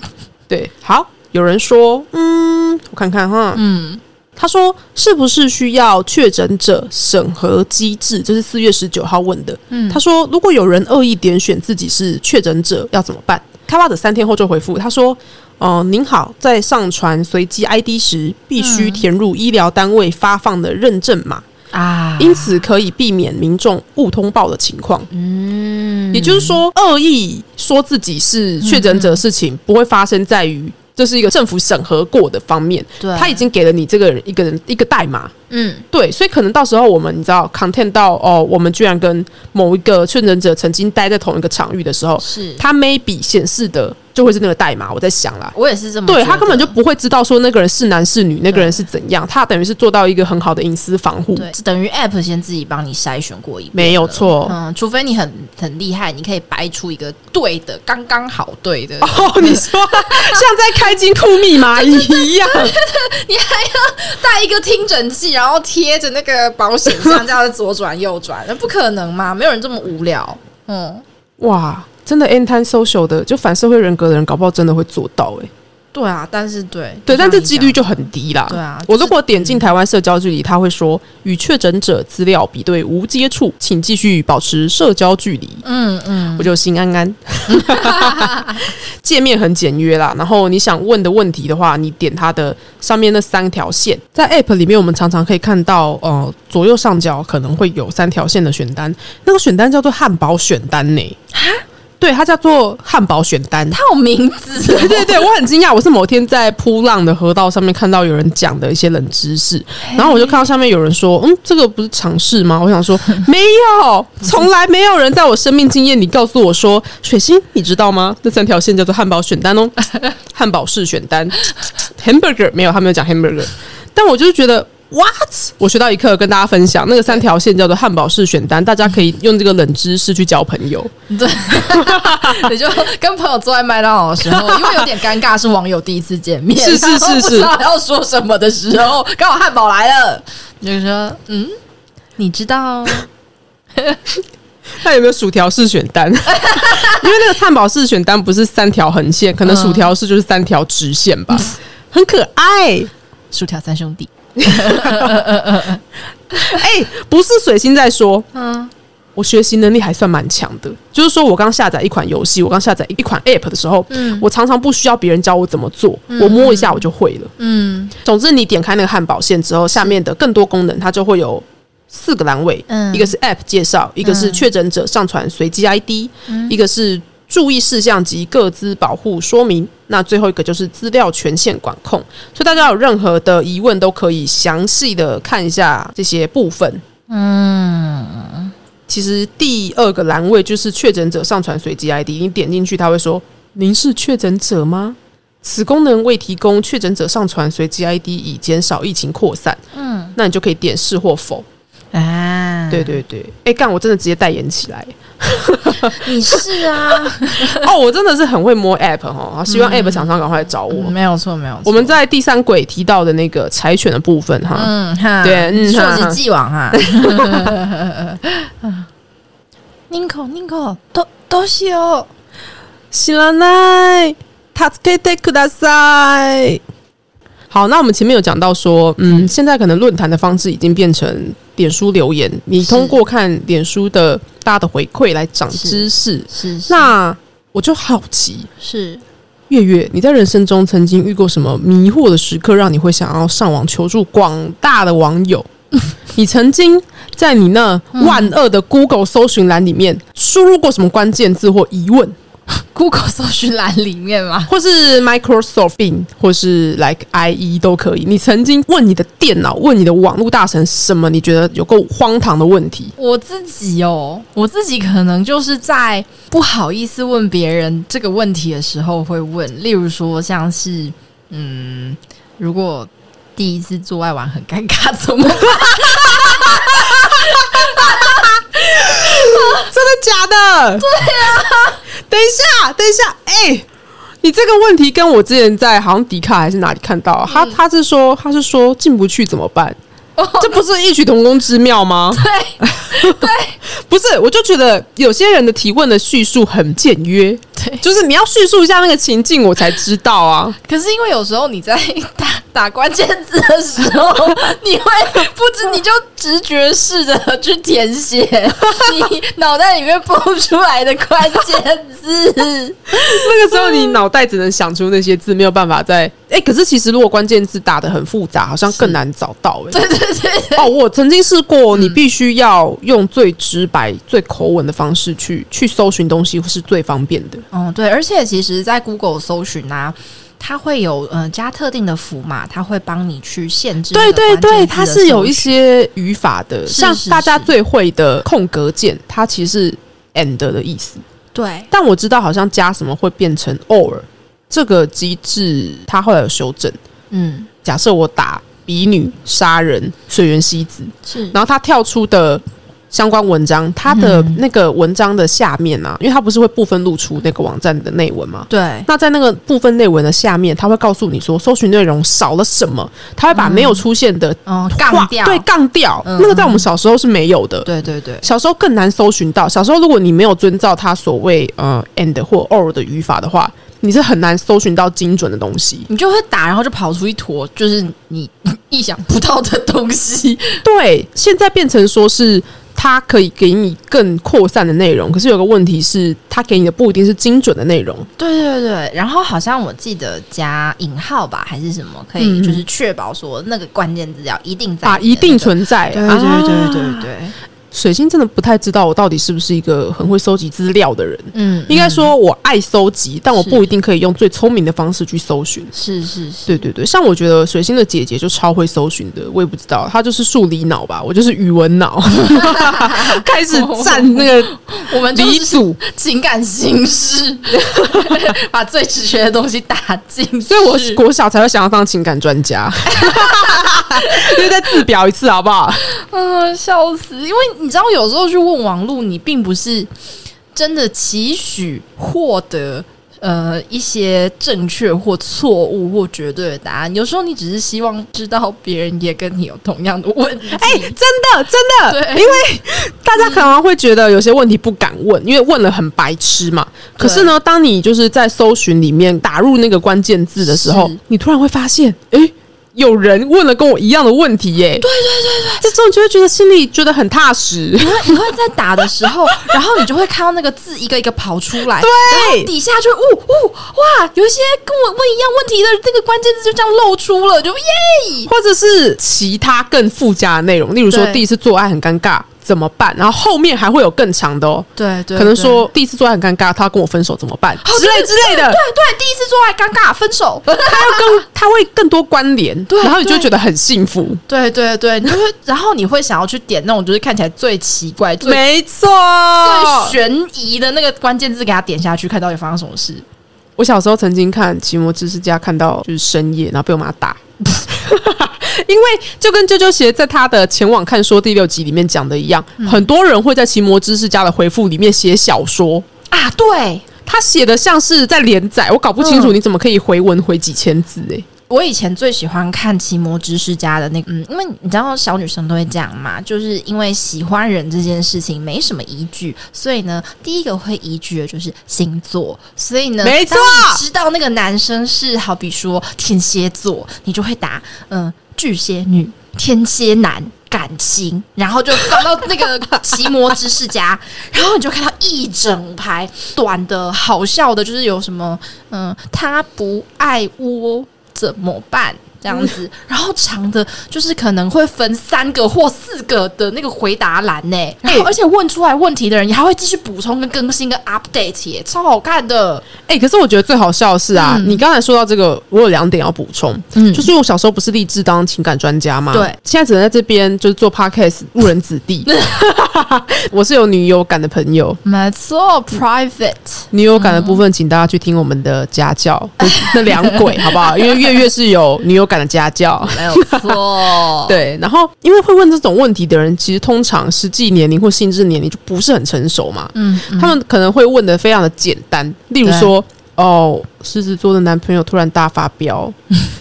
对，好，有人说，嗯，我看看哈，嗯，他说是不是需要确诊者审核机制？这是四月十九号问的。嗯他说如果有人恶意点选自己是确诊者，要怎么办？开发者三天后就回复他说：“哦、您好，在上传随机 ID 时，必须嗯填入医疗单位发放的认证码，啊，因此可以避免民众误通报的情况。”嗯，也就是说，恶意说自己是确诊者的嗯事情不会发生在于这是一个政府审核过的方面，对，他已经给了你这个人一个人一个代码，嗯对，所以可能到时候我们你知道 content 到哦，我们居然跟某一个确诊者曾经待在同一个场域的时候，是，他 maybe 显示的就会是那个代码，我在想啦。我也嗯是这么觉对得，他根本就不会知道说那个人是男是女，那个人是怎样，他等于是做到一个很好的隐私防护，对，等于 App 先自己帮你筛选过一遍，没有错。嗯，除非你很很厉害，你可以掰出一个对的，刚刚好对的，哦， 你说像在开金库密码一样，带一个听诊器，然后贴着那个保险箱，这样子左转右转， 那不可能嘛？没有人这么无聊。嗯，哇，真的 anti social 的，就反社会人格的人，搞不好真的会做到哎、欸对啊，但是对对，就像但这你几讲率就很低啦。对啊我就是如果点进台湾社交距离，他会说与确诊者资料比对无接触，请继续保持社交距离。嗯嗯，我就心安 安，界面很简约啦。然后你想问的问题的话，你点它的上面那三条线，在 App 里面，我们常常可以看到，呃，左右上角可能会有三条线的选单，那个选单叫做汉堡选单呢、对，它叫做汉堡选单。它有名字，对对对，我很惊讶，我是某天在扑浪的河道上面看到有人讲的一些冷知识，然后我就看到下面有人说，嗯，这个不是尝试吗？我想说，没有，从来没有人在我生命经验里告诉我说，水星，你知道吗？那三条线叫做汉堡选单哦，汉堡式选单，hamburger 没有，他没有讲 hamburger，但我就是觉得。What？我学到一课，跟大家分享那个三条线叫做汉堡式选单，大家可以用这个冷知识去交朋友。对， 你就跟朋友坐在麦当劳的时候，因为有点尴尬，是网友第一次见 面，是是然后是不是知道要说什么的时候，刚好汉堡来了，你就说嗯，你知道 看有没有薯条式选单， 因为那个汉堡式选单不是三条横线，可能薯条式就是三条直线吧，很可爱。薯条三兄弟，哎、不是水星在说，嗯，我学习能力还算蛮强的，就是说我刚下载一款游戏，我刚下载一款 App 的时候，嗯我常常不需要别人教我怎么做，我摸一下我就会了。嗯总之，你点开那个汉堡线之后，下面的更多功能它就会有四个栏位，嗯一个是 App 介绍，一个是嗯确诊者上传随机 ID，、一个是注意事项及各自保护说明，那最后一个就是资料权限管控。所以大家有任何的疑问，都可以详细的看一下这些部分。嗯，其实第二个栏位就是确诊者上传随机 ID，你点进去，他会说：“您是确诊者吗？”此功能未提供确诊者上传随机 ID，以减少疫情扩散。嗯，那你就可以点是或否。啊，对，对对，哎、干，我真的直接代言起来。你是啊，哦，我真的是很会摸 App 哦，希望嗯 App 厂商赶快来找我。 没有错，没有错，我们在第三轨提到的那个柴犬的部分哈，嗯哈，对嗯溯哈哈及既往哈。 宁可宁可都都是哦，知らない。助けてください。好，那我们前面有讲到说，嗯，现在可能论坛的方式已经变成脸书留言，你是通过看脸书的大家的回馈来长是知识。是那我就好奇，是月月，你在人生中曾经遇过什么迷惑的时刻，让你会想要上网求助广大的网友？ 你曾经在你那万恶的 Google 搜寻栏里面输入过什么关键字或疑问？ Google 搜寻栏里面嘛，或是 Microsoft Bing，或是 like IE 都可以。你曾经问你的电脑、问你的网络大神什么？你觉得有够荒唐的问题？我自己哦，我自己可能就是在不好意思问别人这个问题的时候会问，例如说像是嗯，如果第一次做爱玩很尴尬怎么办？真的假的？对啊。等一下，等一下，哎、你这个问题跟我之前在好像迪卡还是哪里看到，啊他他是说他是说进不去怎么办？这不是异曲同工之妙吗？对，对，不是，我就觉得有些人的提问的叙述很简约， 对就是你要叙述一下那个情境，我才知道啊。可是因为有时候你在打打关键字的时候，你会不知你就直觉式的去填写你脑袋里面 蹦出来的关键字。那个时候你脑袋只能想出那些字，没有办法再哎、可是其实如果关键字打的很复杂，好像更难找 到哎、对对对，哦，我曾经试过，你必须要用最直白、最口吻的方式去去搜寻东西，是最方便的。嗯，对，而且其实，在 Google 搜寻啊。它会有嗯、呃加特定的符码，它会帮你去限制那对个关对键字的搜寻。对，它是有一些语法的，是像是大家是最会的空格键，它其实是 and 的意思。对但我知道好像加什么会变成 or，这个机制它后来有修正。嗯假设我打比女杀人水原希子，是然后它跳出的相关文章，它的嗯那个文章的下面啊，因为它不是会部分露出那个网站的内文吗？对那在那个部分内文的下面，它会告诉你说搜寻内容少了什么，它会把没有出现的哦划嗯杠掉对杠掉，嗯那个在我们小时候是没有的。对对对小时候更难搜寻到。小时候如果你没有遵照它所谓呃 and 或 or 的语法的话，你是很难搜寻到精准的东西。你就会打，然后就跑出一坨，就是你 意想不到的东西。 对，现在变成说是它可以给你更扩散的内容，可是有个问题是，它给你的不一定是精准的内容。对对对，然后好像我记得加引号吧，还是什么，可以嗯就是确保说那个关键资料一定在啊，你一的那定个。存在。对对对啊对对，水星真的不太知道我到底是不是一个很会收集资料的人。嗯，应该说我爱搜集，但我是不一定可以用最聪明的方式去搜寻。是是是，对对对，像我觉得水星的姐姐就超会搜寻的，我也不知道，她就是数理脑吧，我就是语文 脑， 开始占那个我们就理是组， 情感形 式，把最直觉的东西打进去，所以我国小才会想要当情感专家， 因为再自表一次好不好？嗯，笑死！因为你知道，有时候去问网路，你并不是真的期许获得呃一些正确或错误或绝对的答案，有时候你只是希望知道别人也跟你有同样的问 题。哎、真的真的，对，因为大家可能会觉得有些问题不敢问，因为问了很白痴嘛。可是呢，当你就是在搜寻里面打入那个关键字的时候是，你突然会发现，哎、有人问了跟我一样的问题耶、对对对对，这时候你就会觉得心里觉得很踏 实。你会你会在打的时候，然后你就会看到那个字一个一个跑出来，对底下就呜呜、哇，有一些跟我问一样问题的这个关键字就这样露出了，就耶！或者是其他更附加的内容，例如说对第一次做爱很尴尬怎么办，然后后面还会有更长的哦。对对可能说第一次做爱很尴尬，他要跟我分手怎么办哦之类之类的对，对，第一次做爱尴尬，分手。 他要跟他会更多关联，对然后你就对觉得很幸福。 对对对，你就会，然后你会想要去点那种就是看起来最奇怪、最没错，最悬疑的那个关键字，给它点下去，看到底发生什么事。我小时候曾经看《奇摩知识家》，看到就是深夜，然后被我妈打。 因为就跟啾啾鞋在他的《前往看说》第六集里面讲的一样，嗯很多人会在《奇摩知识家》的回复里面写小说，啊，对他写的像是在连载，我搞不清嗯楚你怎么可以回文回几千字哎、我以前最喜欢看《奇摩知识家》的那个，嗯，因为你知道小女生都会这样嘛，就是因为喜欢人这件事情没什么依据，所以呢，第一个会依据的就是星座，所以呢，没错当你知道那个男生是好比说天蝎座，你就会打嗯、呃巨蟹女、天蝎男。感情，然后就放到那个 奇摩知识家，然后你就看到一整排短的好笑的，就是有什么嗯，他不爱我怎么办？这样子，然后长的，就是可能会分三个或四个的那个回答栏呢、然后而且问出来问题的人，你还会继续补充跟更新跟 update 耶、超好看的。哎、可是我觉得最好笑的是啊，嗯你刚才说到这个，我有两点要补充，嗯就是我小时候不是立志当情感专家嘛，对现在只能在这边就是做 podcast 误人子 弟。我是有女友感的朋友，没错，private 女友感的哦部分，请大家去听我们的家教、那那两轨好不好？因为月月是有女友感的家教。没有错对， 对，然后因为会问这种问题的人，其实通常实际年龄或心智年龄就不是很成熟嘛，嗯，他们可能会问的非常的简单，例如说哦，狮子座的男朋友突然大发 飙，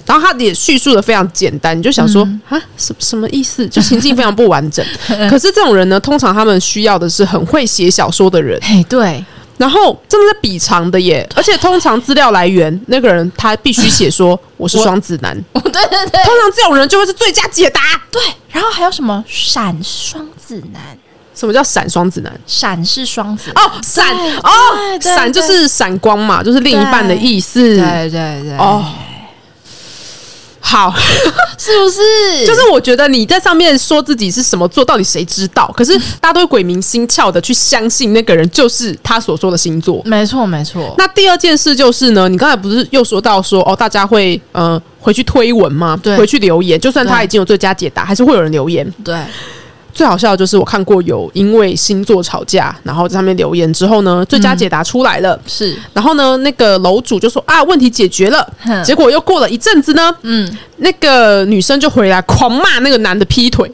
然后他也叙述的非常简单，你就想说嗯啊、什什么意思？就情境非常不完 整。可是这种人呢，通常他们需要的是很会写小说的人，嘿，对，然后真的是笔长的耶，而且通常资料来源那个人他必须写 说我是双子男，哦对对对通常这种人就会是最佳解答。对。然后还有什么闪双子男？什么叫闪双子男？闪是双子哦，闪对哦，对对闪就是闪光嘛，就是另一半的意思对对对，哦。好，嗯是不是？就是我觉得你在上面说自己是什么座，到底谁知道？可是大家都会鬼迷心窍的去相信那个人就是他所说的星座。没错没错，那第二件事就是呢，你刚才不是又说到说哦，大家会呃回去推文吗？对回去留言，就算他对已经有最佳解答，还是会有人留言。对，最好笑的就是我看过有因为星座吵架，然后在上面留言之后呢，最嗯佳解答出来了。是，然后呢，那个楼主就说啊，问题解决了。哼结果又过了一阵子呢，嗯，那个女生就回来狂骂那个男的劈腿，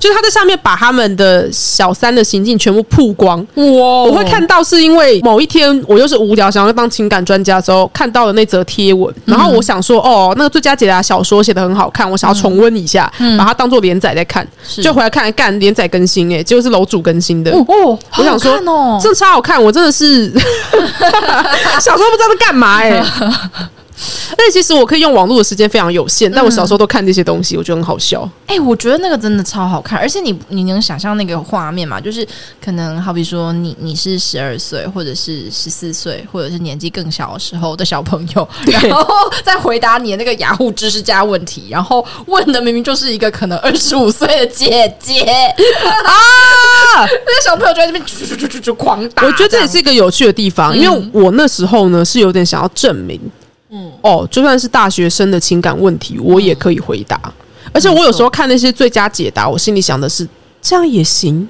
就是他在上面把他们的小三的行径全部曝光。哇，我我会看到是因为某一天我又是无聊，想要当情感专家的时候看到了那则贴文，然后我想说，哦，那个最佳解答小说写的很好看，我想要重温一下，把它当做连载在看，是就回来看干连载更新、欸，结果是楼主更新的。哦哦，我好想好说看哦，这超好看，我真的是 小时候不知道在干嘛哎、欸。但其实我可以用网络的时间非常有限，嗯但我小时候都看这些东西，我觉得很好笑。哎、我觉得那个真的超好看，而且你你能想象那个画面吗？就是可能好比说你你是十二岁，或者是十四岁，或者是年纪更小的时候的小朋友，然后再回答你的那个雅虎知识家问题，然后问的明明就是一个可能二十五岁的姐姐啊， 那小朋友就在那边啾啾啾啾啾狂打，嗯我觉得这也样是一个有趣的地方，因为我那时候呢是有点想要证明，嗯，哦，就算是大学生的情感问题，嗯我也可以回答。而且我有时候看那些最佳解答，我心里想的是这样 也行，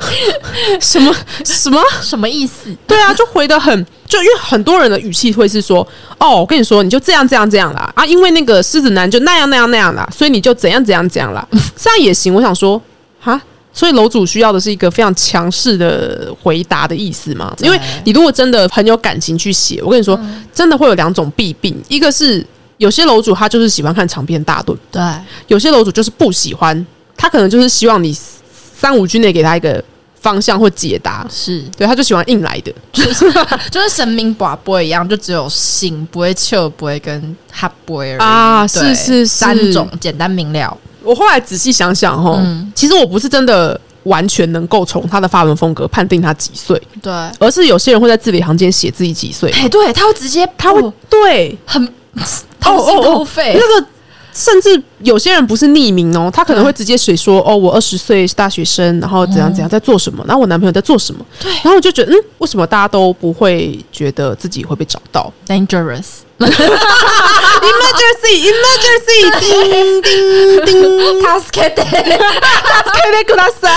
对，什么什么。什么意思？对啊，就回的很，就因为很多人的语气会是说，哦，我跟你说，你就这样这样这样啦，啊，因为那个狮子男就那样那样那样啦，所以你就怎样怎样怎样啦，这样也行。我想说，哈，所以楼主需要的是一个非常强势的回答的意思嘛？因为你如果真的很有感情去写，我跟你说，真的会有两种弊病，一个是有些楼主他就是喜欢看长篇大论，对，有些楼主就是不喜欢，他可能就是希望你三五句内给他一个方向或解答。是对，他就喜欢硬来的，就是神明寡不一样，就只有信不会笑不会跟哈不会而已啊对是是是三种简单明了。我后来仔细想想哈，其实我不是真的完全能够从他的发文风格判定他几岁，对，而是有些人会在字里行间写自己几岁，哎，对，他会直接，哦他会、哦对很掏心掏肺，哎那个。甚至有些人不是匿名哦，他可能会直接写说：“哦，我二十岁是大学生，然后怎样怎样在做什么，然后我男朋友在做什么。”对然后我就觉得，嗯，为什么大家都不会觉得自己会被找到 dangerous。 ？Emergency，emergency，叮叮叮， Cascade，快点过来塞！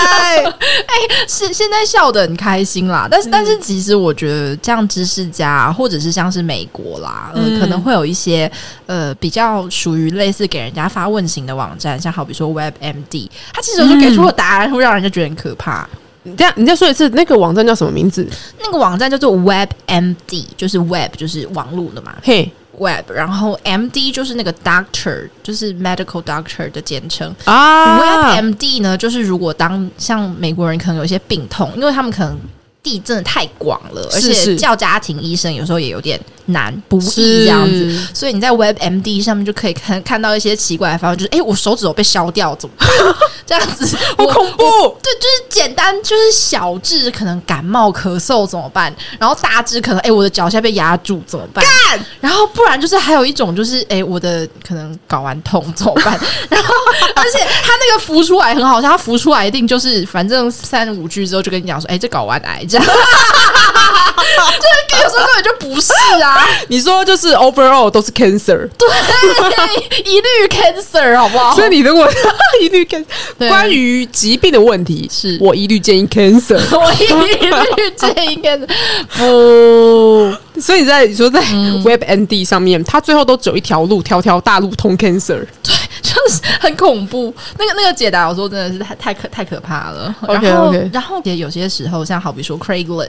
是现在笑得很开心啦，嗯但是、但是其实我觉得像知识家、啊、或者是像是美国啦，呃，嗯可能会有一些呃比较属于类似给人家发问型的网站，像好比说 WebMD，它其实有时候给出的答案会让人家觉得很可怕。你这样，你再说一次，那个网站叫什么名字？那个网站叫做 WebMD，就是 Web 就是网络的嘛嘿， ，Web，然后 MD 就是那个 Doctor，就是 Medical Doctor 的简称。啊 WebMD 呢，就是如果当像美国人可能有一些病痛，因为他们可能地真的太广了，而且是是叫家庭医生有时候也有点难不易这样子，子。所以你在 WebMD 上面就可以看看到一些奇怪的方法，就是哎、诶我手指头被削掉怎么办？ 这样子， 好我恐怖！哦对，就是简单，就是小至可能感冒咳嗽怎么办，然后大至可能哎、诶我的脚下被压住怎么办？干！然后不然就是还有一种就是哎、诶我的可能睾丸痛怎么办？ 然后而且他那个浮出来很好笑，他浮出来一定就是反正三五句之后就跟你讲说，哎、这睾丸癌这样。 就是有时候根本就不是啊，你说就是 overall 都是 cancer，、对，一律 cancer 好不好？所以你如果 一律 can 对关于疾病的问题，是我一律建议 cancer。我一律 建议 cancer，哦不，所以在你说在嗯 WebMD 上面，它最后都只有一条路，条条大路通 cancer。 就是很恐怖。那个那个解答，我说真的是太太可太可怕了。然后 OK，OK 然后也有些时候，像好比说 Craigslist，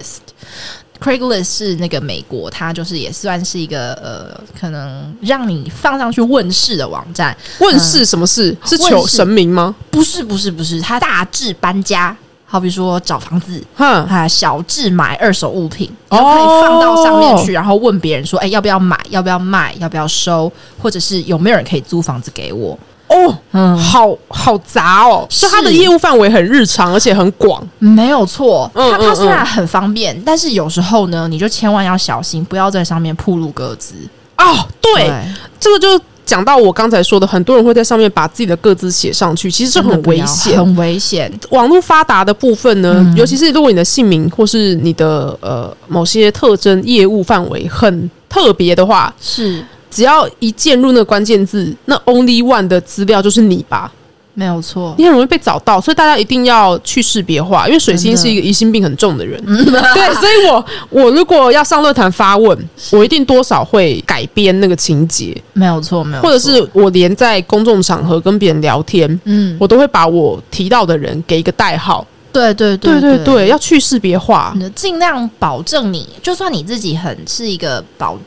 Craigslist 是那个美国，它就是也算是一个呃，可能让你放上去问世的网站。问世什么事？是求嗯问世神明吗？不是不是不是，它大致搬家，好比说找房子，哈，啊，小至买二手物品，哦就可以放到上面去，然后问别人说，哎、要不要买？要不要卖？要不要收？或者是有没有人可以租房子给我？哦，嗯，好好杂哦，是就它的业务范围很日常，而且很广。没有错，嗯它嗯它嗯虽然很方便，但是有时候呢，你就千万要小心，不要在上面铺露各自。哦，对，这个就讲到我刚才说的，很多人会在上面把自己的各自写上去，其实这真的很不危要险。很危险。网络发达的部分呢，嗯尤其是如果你的姓名或是你的呃某些特征业务范围很特别的话，是只要一键入那个关键字，那 only one 的资料就是你吧，没有错，你很容易被找到，所以大家一定要去识别化，因为水星真的是一个疑心病很重的人，嗯 对，所以我我如果要上论坛发问，我一定多少会改编那个情节，没有错，没有错，或者是我连在公众场合跟别人聊天，嗯，我都会把我提到的人给一个代号，对对对对对嗯对，要去识别化。你尽量保证你，就算你自己很是一个保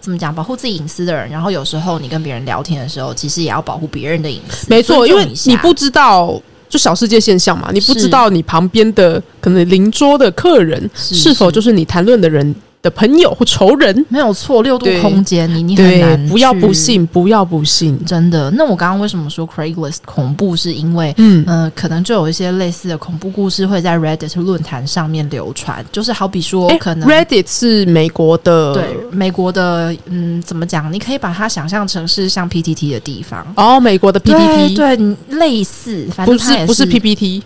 怎么讲保护自己隐私的人，然后有时候你跟别人聊天的时候，其实也要保护别人的隐私。没错，尊因重为一下你不知道就小世界现象嘛，你不知道你旁边的可能邻桌的客人是是否就是你谈论的人的朋友或仇人。没有错，六度对空间，你你很对，难不要去不，信，不要不信。真的。那我刚刚为什么说 Craigslist 恐怖，是因为嗯，呃，可能就有一些类似的恐怖故事会在 Reddit 论坛上面流传，就是好比说诶可能。 Reddit 是美国的，对美国的，嗯，怎么讲？你可以把它想象成是像 PTT 的地方哦，美国的 PPT，对对，类似，反正不它也是不是 是 PPT。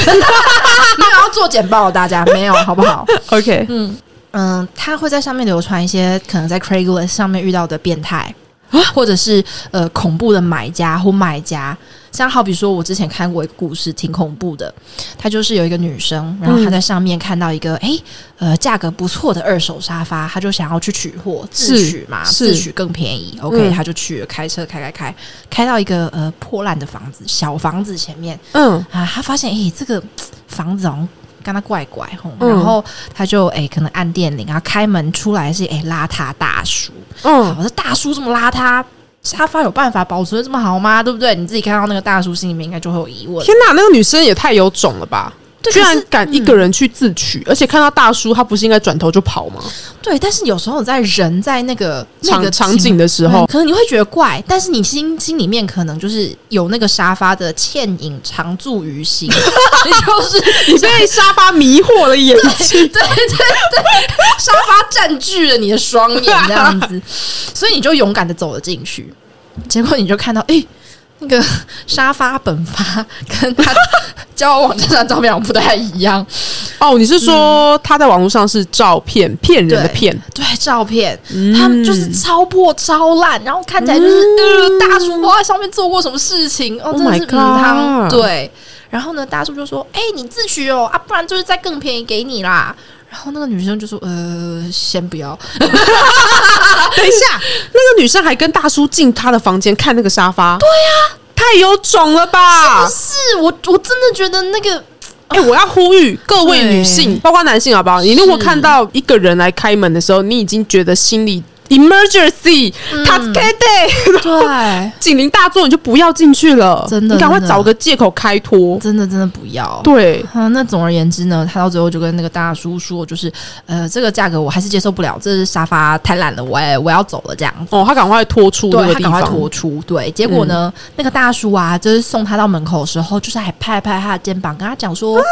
没有要做简报，大家没有，好不好？ OK，嗯嗯，他会在上面流传一些可能在 Craigslist 上面遇到的变态，啊或者是呃恐怖的买家或卖家。像好比说，我之前看过一个故事，挺恐怖的。她就是有一个女生，然后她在上面看到一嗯个诶呃价格不错的二手沙发，她就想要去取货，自是取嘛，是自取更便宜。OK，、嗯她就去了，开车开开开，开到一个呃破烂的房子，小房子前面，嗯，啊，他发现诶、这个嘖房子好像跟他怪怪吼，嗯然后他就诶、可能按电铃，然后开门出来是诶、邋遢大叔，嗯，我说大叔这么邋遢。沙发有办法保存的这么好吗？对不对？你自己看到那个大叔，心里面应该就会有疑问。天哪，那个女生也太有种了吧！对居可然是嗯敢一个人去自取，而且看到大叔，他不是应该转头就跑吗？嗯对，但是有时候在人在那个那场个场景的时候嗯可能你会觉得怪，但是你心心里面可能就是有那个沙发的倩影常驻于 心，你就是你被沙发迷惑了眼睛， 对对对，沙发占据了你的双眼，这样 子，所以你就勇敢的走了进去，结果你就看到，诶，那个沙发本发跟他交友网站上的照片好像不太一样，哦，你是说他在网络上是照片骗人的嗯对骗？对，照片、嗯他们就是超破超烂，然后看起来就是、呃大叔不知道在上面做过什么事情，哦，嗯 Oh 真的是 my 母汤 God 对。然后呢，大叔就说：“哎、你自取哦，啊，不然就是再更便宜给你啦。”然后那个女生就说：“呃，先不要。”等一下，那个女生还跟大叔进他的房间看那个沙发，对呀、太有种了 吧！是我我真的觉得那个哎、我要呼吁各位对女性，包括男性，好不好？你如果是看到一个人来开门的时候，你已经觉得心里 emergency，他嗯 s k d 对，警铃大作，你就不要进去了，真的你赶快真的找个借口开脱。真的真的不要。对，啊，那总而言之呢，他到最后就跟那个大叔说，就是呃，这个价格我还是接受不了，这是沙发太烂了，我也我要走了这样子。哦，他赶快拖出那对个他地赶快方，脱出，对，结果呢，那个大叔啊，就是送他到门口的时候，就是还拍拍他的肩膀，跟他讲说：“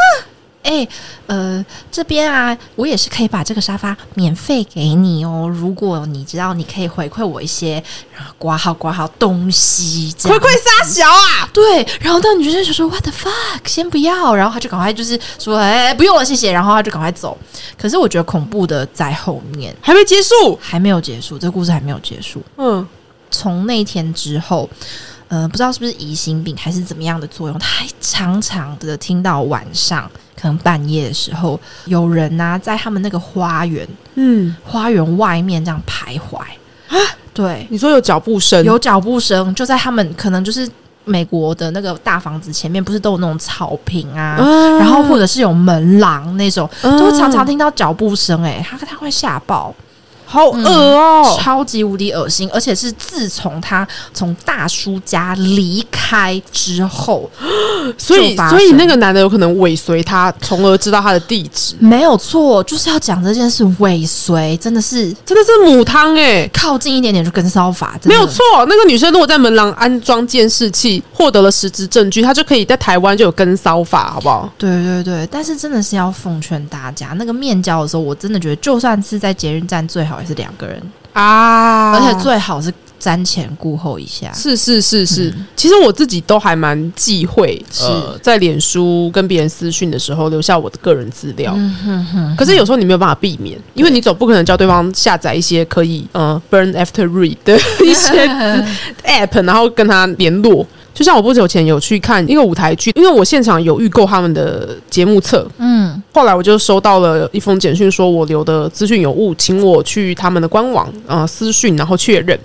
哎、呃，这边啊，我也是可以把这个沙发免费给你哦，如果你知道，你可以回馈我一些，然后挂号挂号东西，这样回馈沙小啊！对，然后那女生就说 “What the fuck”，先不要，然后她就赶快就是说“哎、不用了，谢谢”，然后她就赶快走。可是我觉得恐怖的在后面还没结束，还没有结束，这个故事还没有结束。嗯，从那天之后，呃，不知道是不是疑心病还是怎么样的作用，他还常常的听到晚上可能半夜的时候，有人呐、在他们那个花园嗯，花园外面这样徘徊啊，对，你说有脚步声，有脚步声，就在他们可能就是美国的那个大房子前面不是都有那种草坪啊，啊然后或者是有门廊那种，嗯就会常常听到脚步声、欸，哎，他他快吓爆。嗯好嗯恶哦、超级无敌恶心，而且是自从他从大叔家离开之后，所以就发生所以那个男的有可能尾随他，从而知道他的地址，没有错，就是要讲这件事尾随，真的是真的是母汤哎、靠近一点点就跟骚法，真没的有错，那个女生如果在门廊安装监视器，获得了实质证据，她就可以在台湾就有跟骚法，好不好？对对对，但是真的是要奉劝大家，那个面交的时候，我真的觉得，就算是在捷运站，最好也是两个人，啊而且最好是瞻前顾后一下。是是是是，其实我自己都还蛮忌讳，呃，在脸书跟别人私讯的时候留下我的个人资料。可是有时候你没有办法避免，因为你总不可能叫对方下载一些可以呃 burn after read 的一些 app，然后跟他联络。就像我不久前有去看一个舞台剧，因为我现场有预购他们的节目册， 嗯，后来我就收到了一封简讯，说我留的资讯有误，请我去他们的官网呃私讯，然后确认。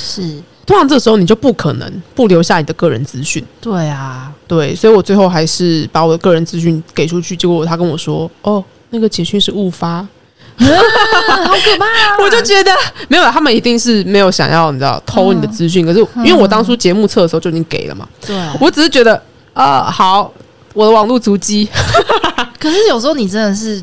是通常这时候你就不可能不留下你的个人资讯，对啊，对，所以我最后还是把我的个人资讯给出去，结果他跟我说，哦，那个简讯是误发， 好可怕、啊我就觉得没有，他们一定是没有想要你知道偷你的资嗯讯，可是因为我当初节目册的时候就已经给了嘛，对，啊我只是觉得，呃，好，我的网络 足迹，可是有时候你真的是，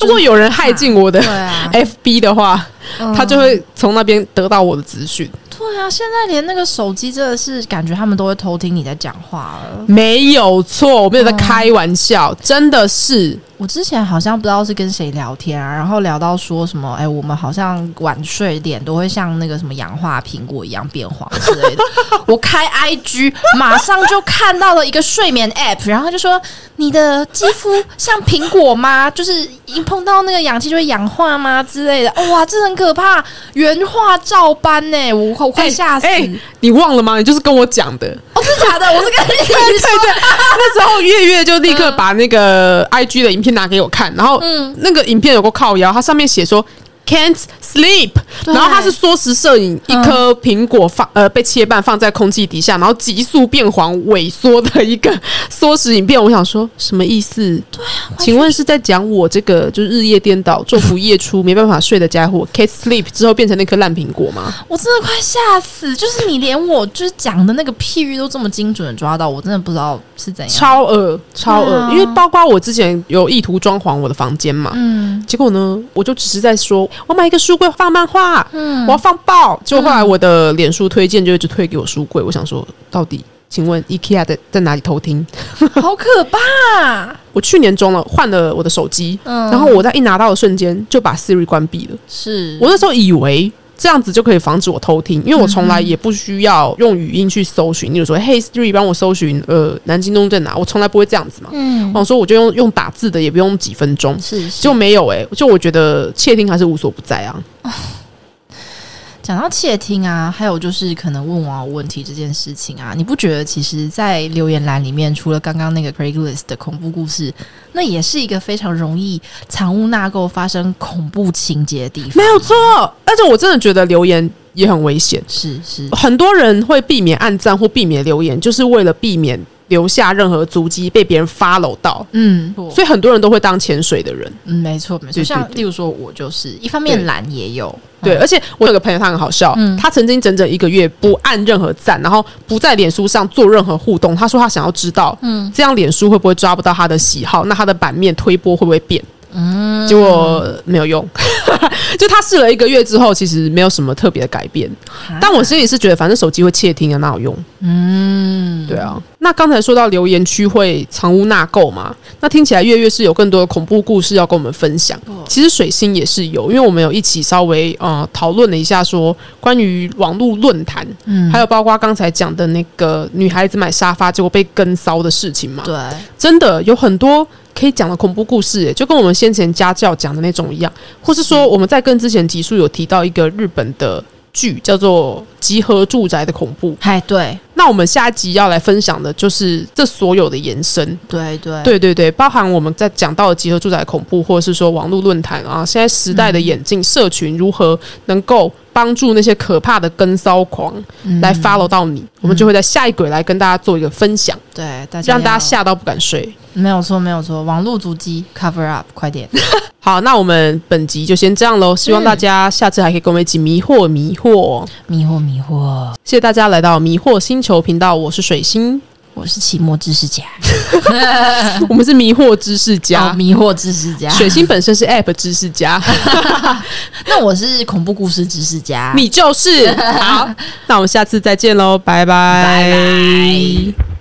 如果有人害进我的对啊， FB 的话，嗯他就会从那边得到我的资讯。对啊，现在连那个手机真的是感觉他们都会偷听你在讲话了。没有错，我没有嗯在开玩笑，真的是。我之前好像不知道是跟谁聊天啊，然后聊到说什么，哎、我们好像晚睡脸都会像那个什么氧化苹果一样变黄之类 的。我开 IG 马上就看到了一个睡眠 App，然后他就说你的肌肤像苹果吗？就是一碰到那个氧气就会氧化吗之类的。哇，这很可怕，原话照搬呢、我我快吓死！哎、你忘了吗？你就是跟我讲的，哦，真的假的？我是跟你 对对对，那时候月月就立刻把那个 I G 的影片拿给我看，然后嗯那个影片有个靠腰，它上面写说 can't sleep，对然后它是缩时摄影，一颗苹果放呃被切半放在空气底下，然后急速变黄萎缩的一个缩时影片，我想说什么意思？对啊，请问是在讲我这个就是日夜颠倒、昼伏夜出、 没办法睡的家伙 can't sleep 之后变成那颗烂苹果吗？我真的快吓死！就是你连我就是讲的那个譬喻都这么精准的抓到，我真的不知道是怎样。超恶超恶，对啊因为包括我之前有意图装潢我的房间嘛，嗯结果呢，我就只是在说，我买一个书柜放漫画，嗯我要放爆。结果后来我的脸书推荐就一直推给我书柜，我想说，到底请问 IKEA 在在哪里偷听？好可怕！我去年中了换了我的手机，嗯啊然后我在一拿到的瞬间就把 Siri 关闭了。是我那时候以为。这样子就可以防止我偷听，因为我从来也不需要用语音去搜寻。例如说，嘿 Siri，帮我搜寻呃南京东路在哪？我从来不会这样子嘛。嗯我想说我就用用打字的，也不用几分钟。是哦就就没有哎、就我觉得窃听还是无所不在啊。讲到窃听啊，还有就是可能问网友问题这件事情啊，你不觉得其实，在留言栏里面，除了刚刚那个 Craigslist 的恐怖故事，那也是一个非常容易藏污纳垢、发生恐怖情节的地方。没有错，而且我真的觉得留言也很危险，是是，很多人会避免按赞或避免留言，就是为了避免留下任何足迹被别人 follow 到。嗯，所以很多人都会当潜水的人，嗯，没错没对错。对像对例如说，我就是一方对面懒也有，对。嗯而且我有个朋友，他很好笑，嗯他曾经整整一个月不按任何赞，然后不在脸书上做任何互动。他说他想要知道，嗯这样脸书会不会抓不到他的喜好，那他的版面推播会不会变？嗯，结果没有用， 就他试了一个月之后，其实没有什么特别的改变。但我心里是觉得，反正手机会窃听啊，哪有用？嗯，对啊。那刚才说到留言区会藏污纳垢嘛，那听起来月月是有更多的恐怖故事要跟我们分享。哦其实水星也是有，因为我们有一起稍微呃讨论了一下，说关于网络论坛，嗯还有包括刚才讲的那个女孩子买沙发结果被跟骚的事情嘛。对，真的有很多可以讲的恐怖故事耶，就跟我们先前家教讲的那种一样，或是说我们在跟之前集数有提到一个日本的剧叫做《集合住宅的恐怖》。哎，对那我们下一集要来分享的就是这所有的延伸。对对，对对对，包含我们在讲到的集合住宅恐怖，或者是说网络论坛啊，现在时代的演进，社群如何能够帮助那些可怕的跟骚狂嗯来 follow 到你，我们就会在下一轨来跟大家做一个分享，对，大家让大家要吓到不敢睡。没有错没有错，网络足迹 cover up，快点，好，那我们本集就先这样喽，希望大家下次还可以跟我们一起迷惑迷惑。迷惑迷惑，谢谢大家来到迷惑星球频道，我是水 星，我是期末知识家，我们是迷惑知识哦家。迷啊惑知识家，水星本身是 App 知识家， 那我是恐怖故事知识家，你就是好。那我们下次再见喽，拜拜拜拜。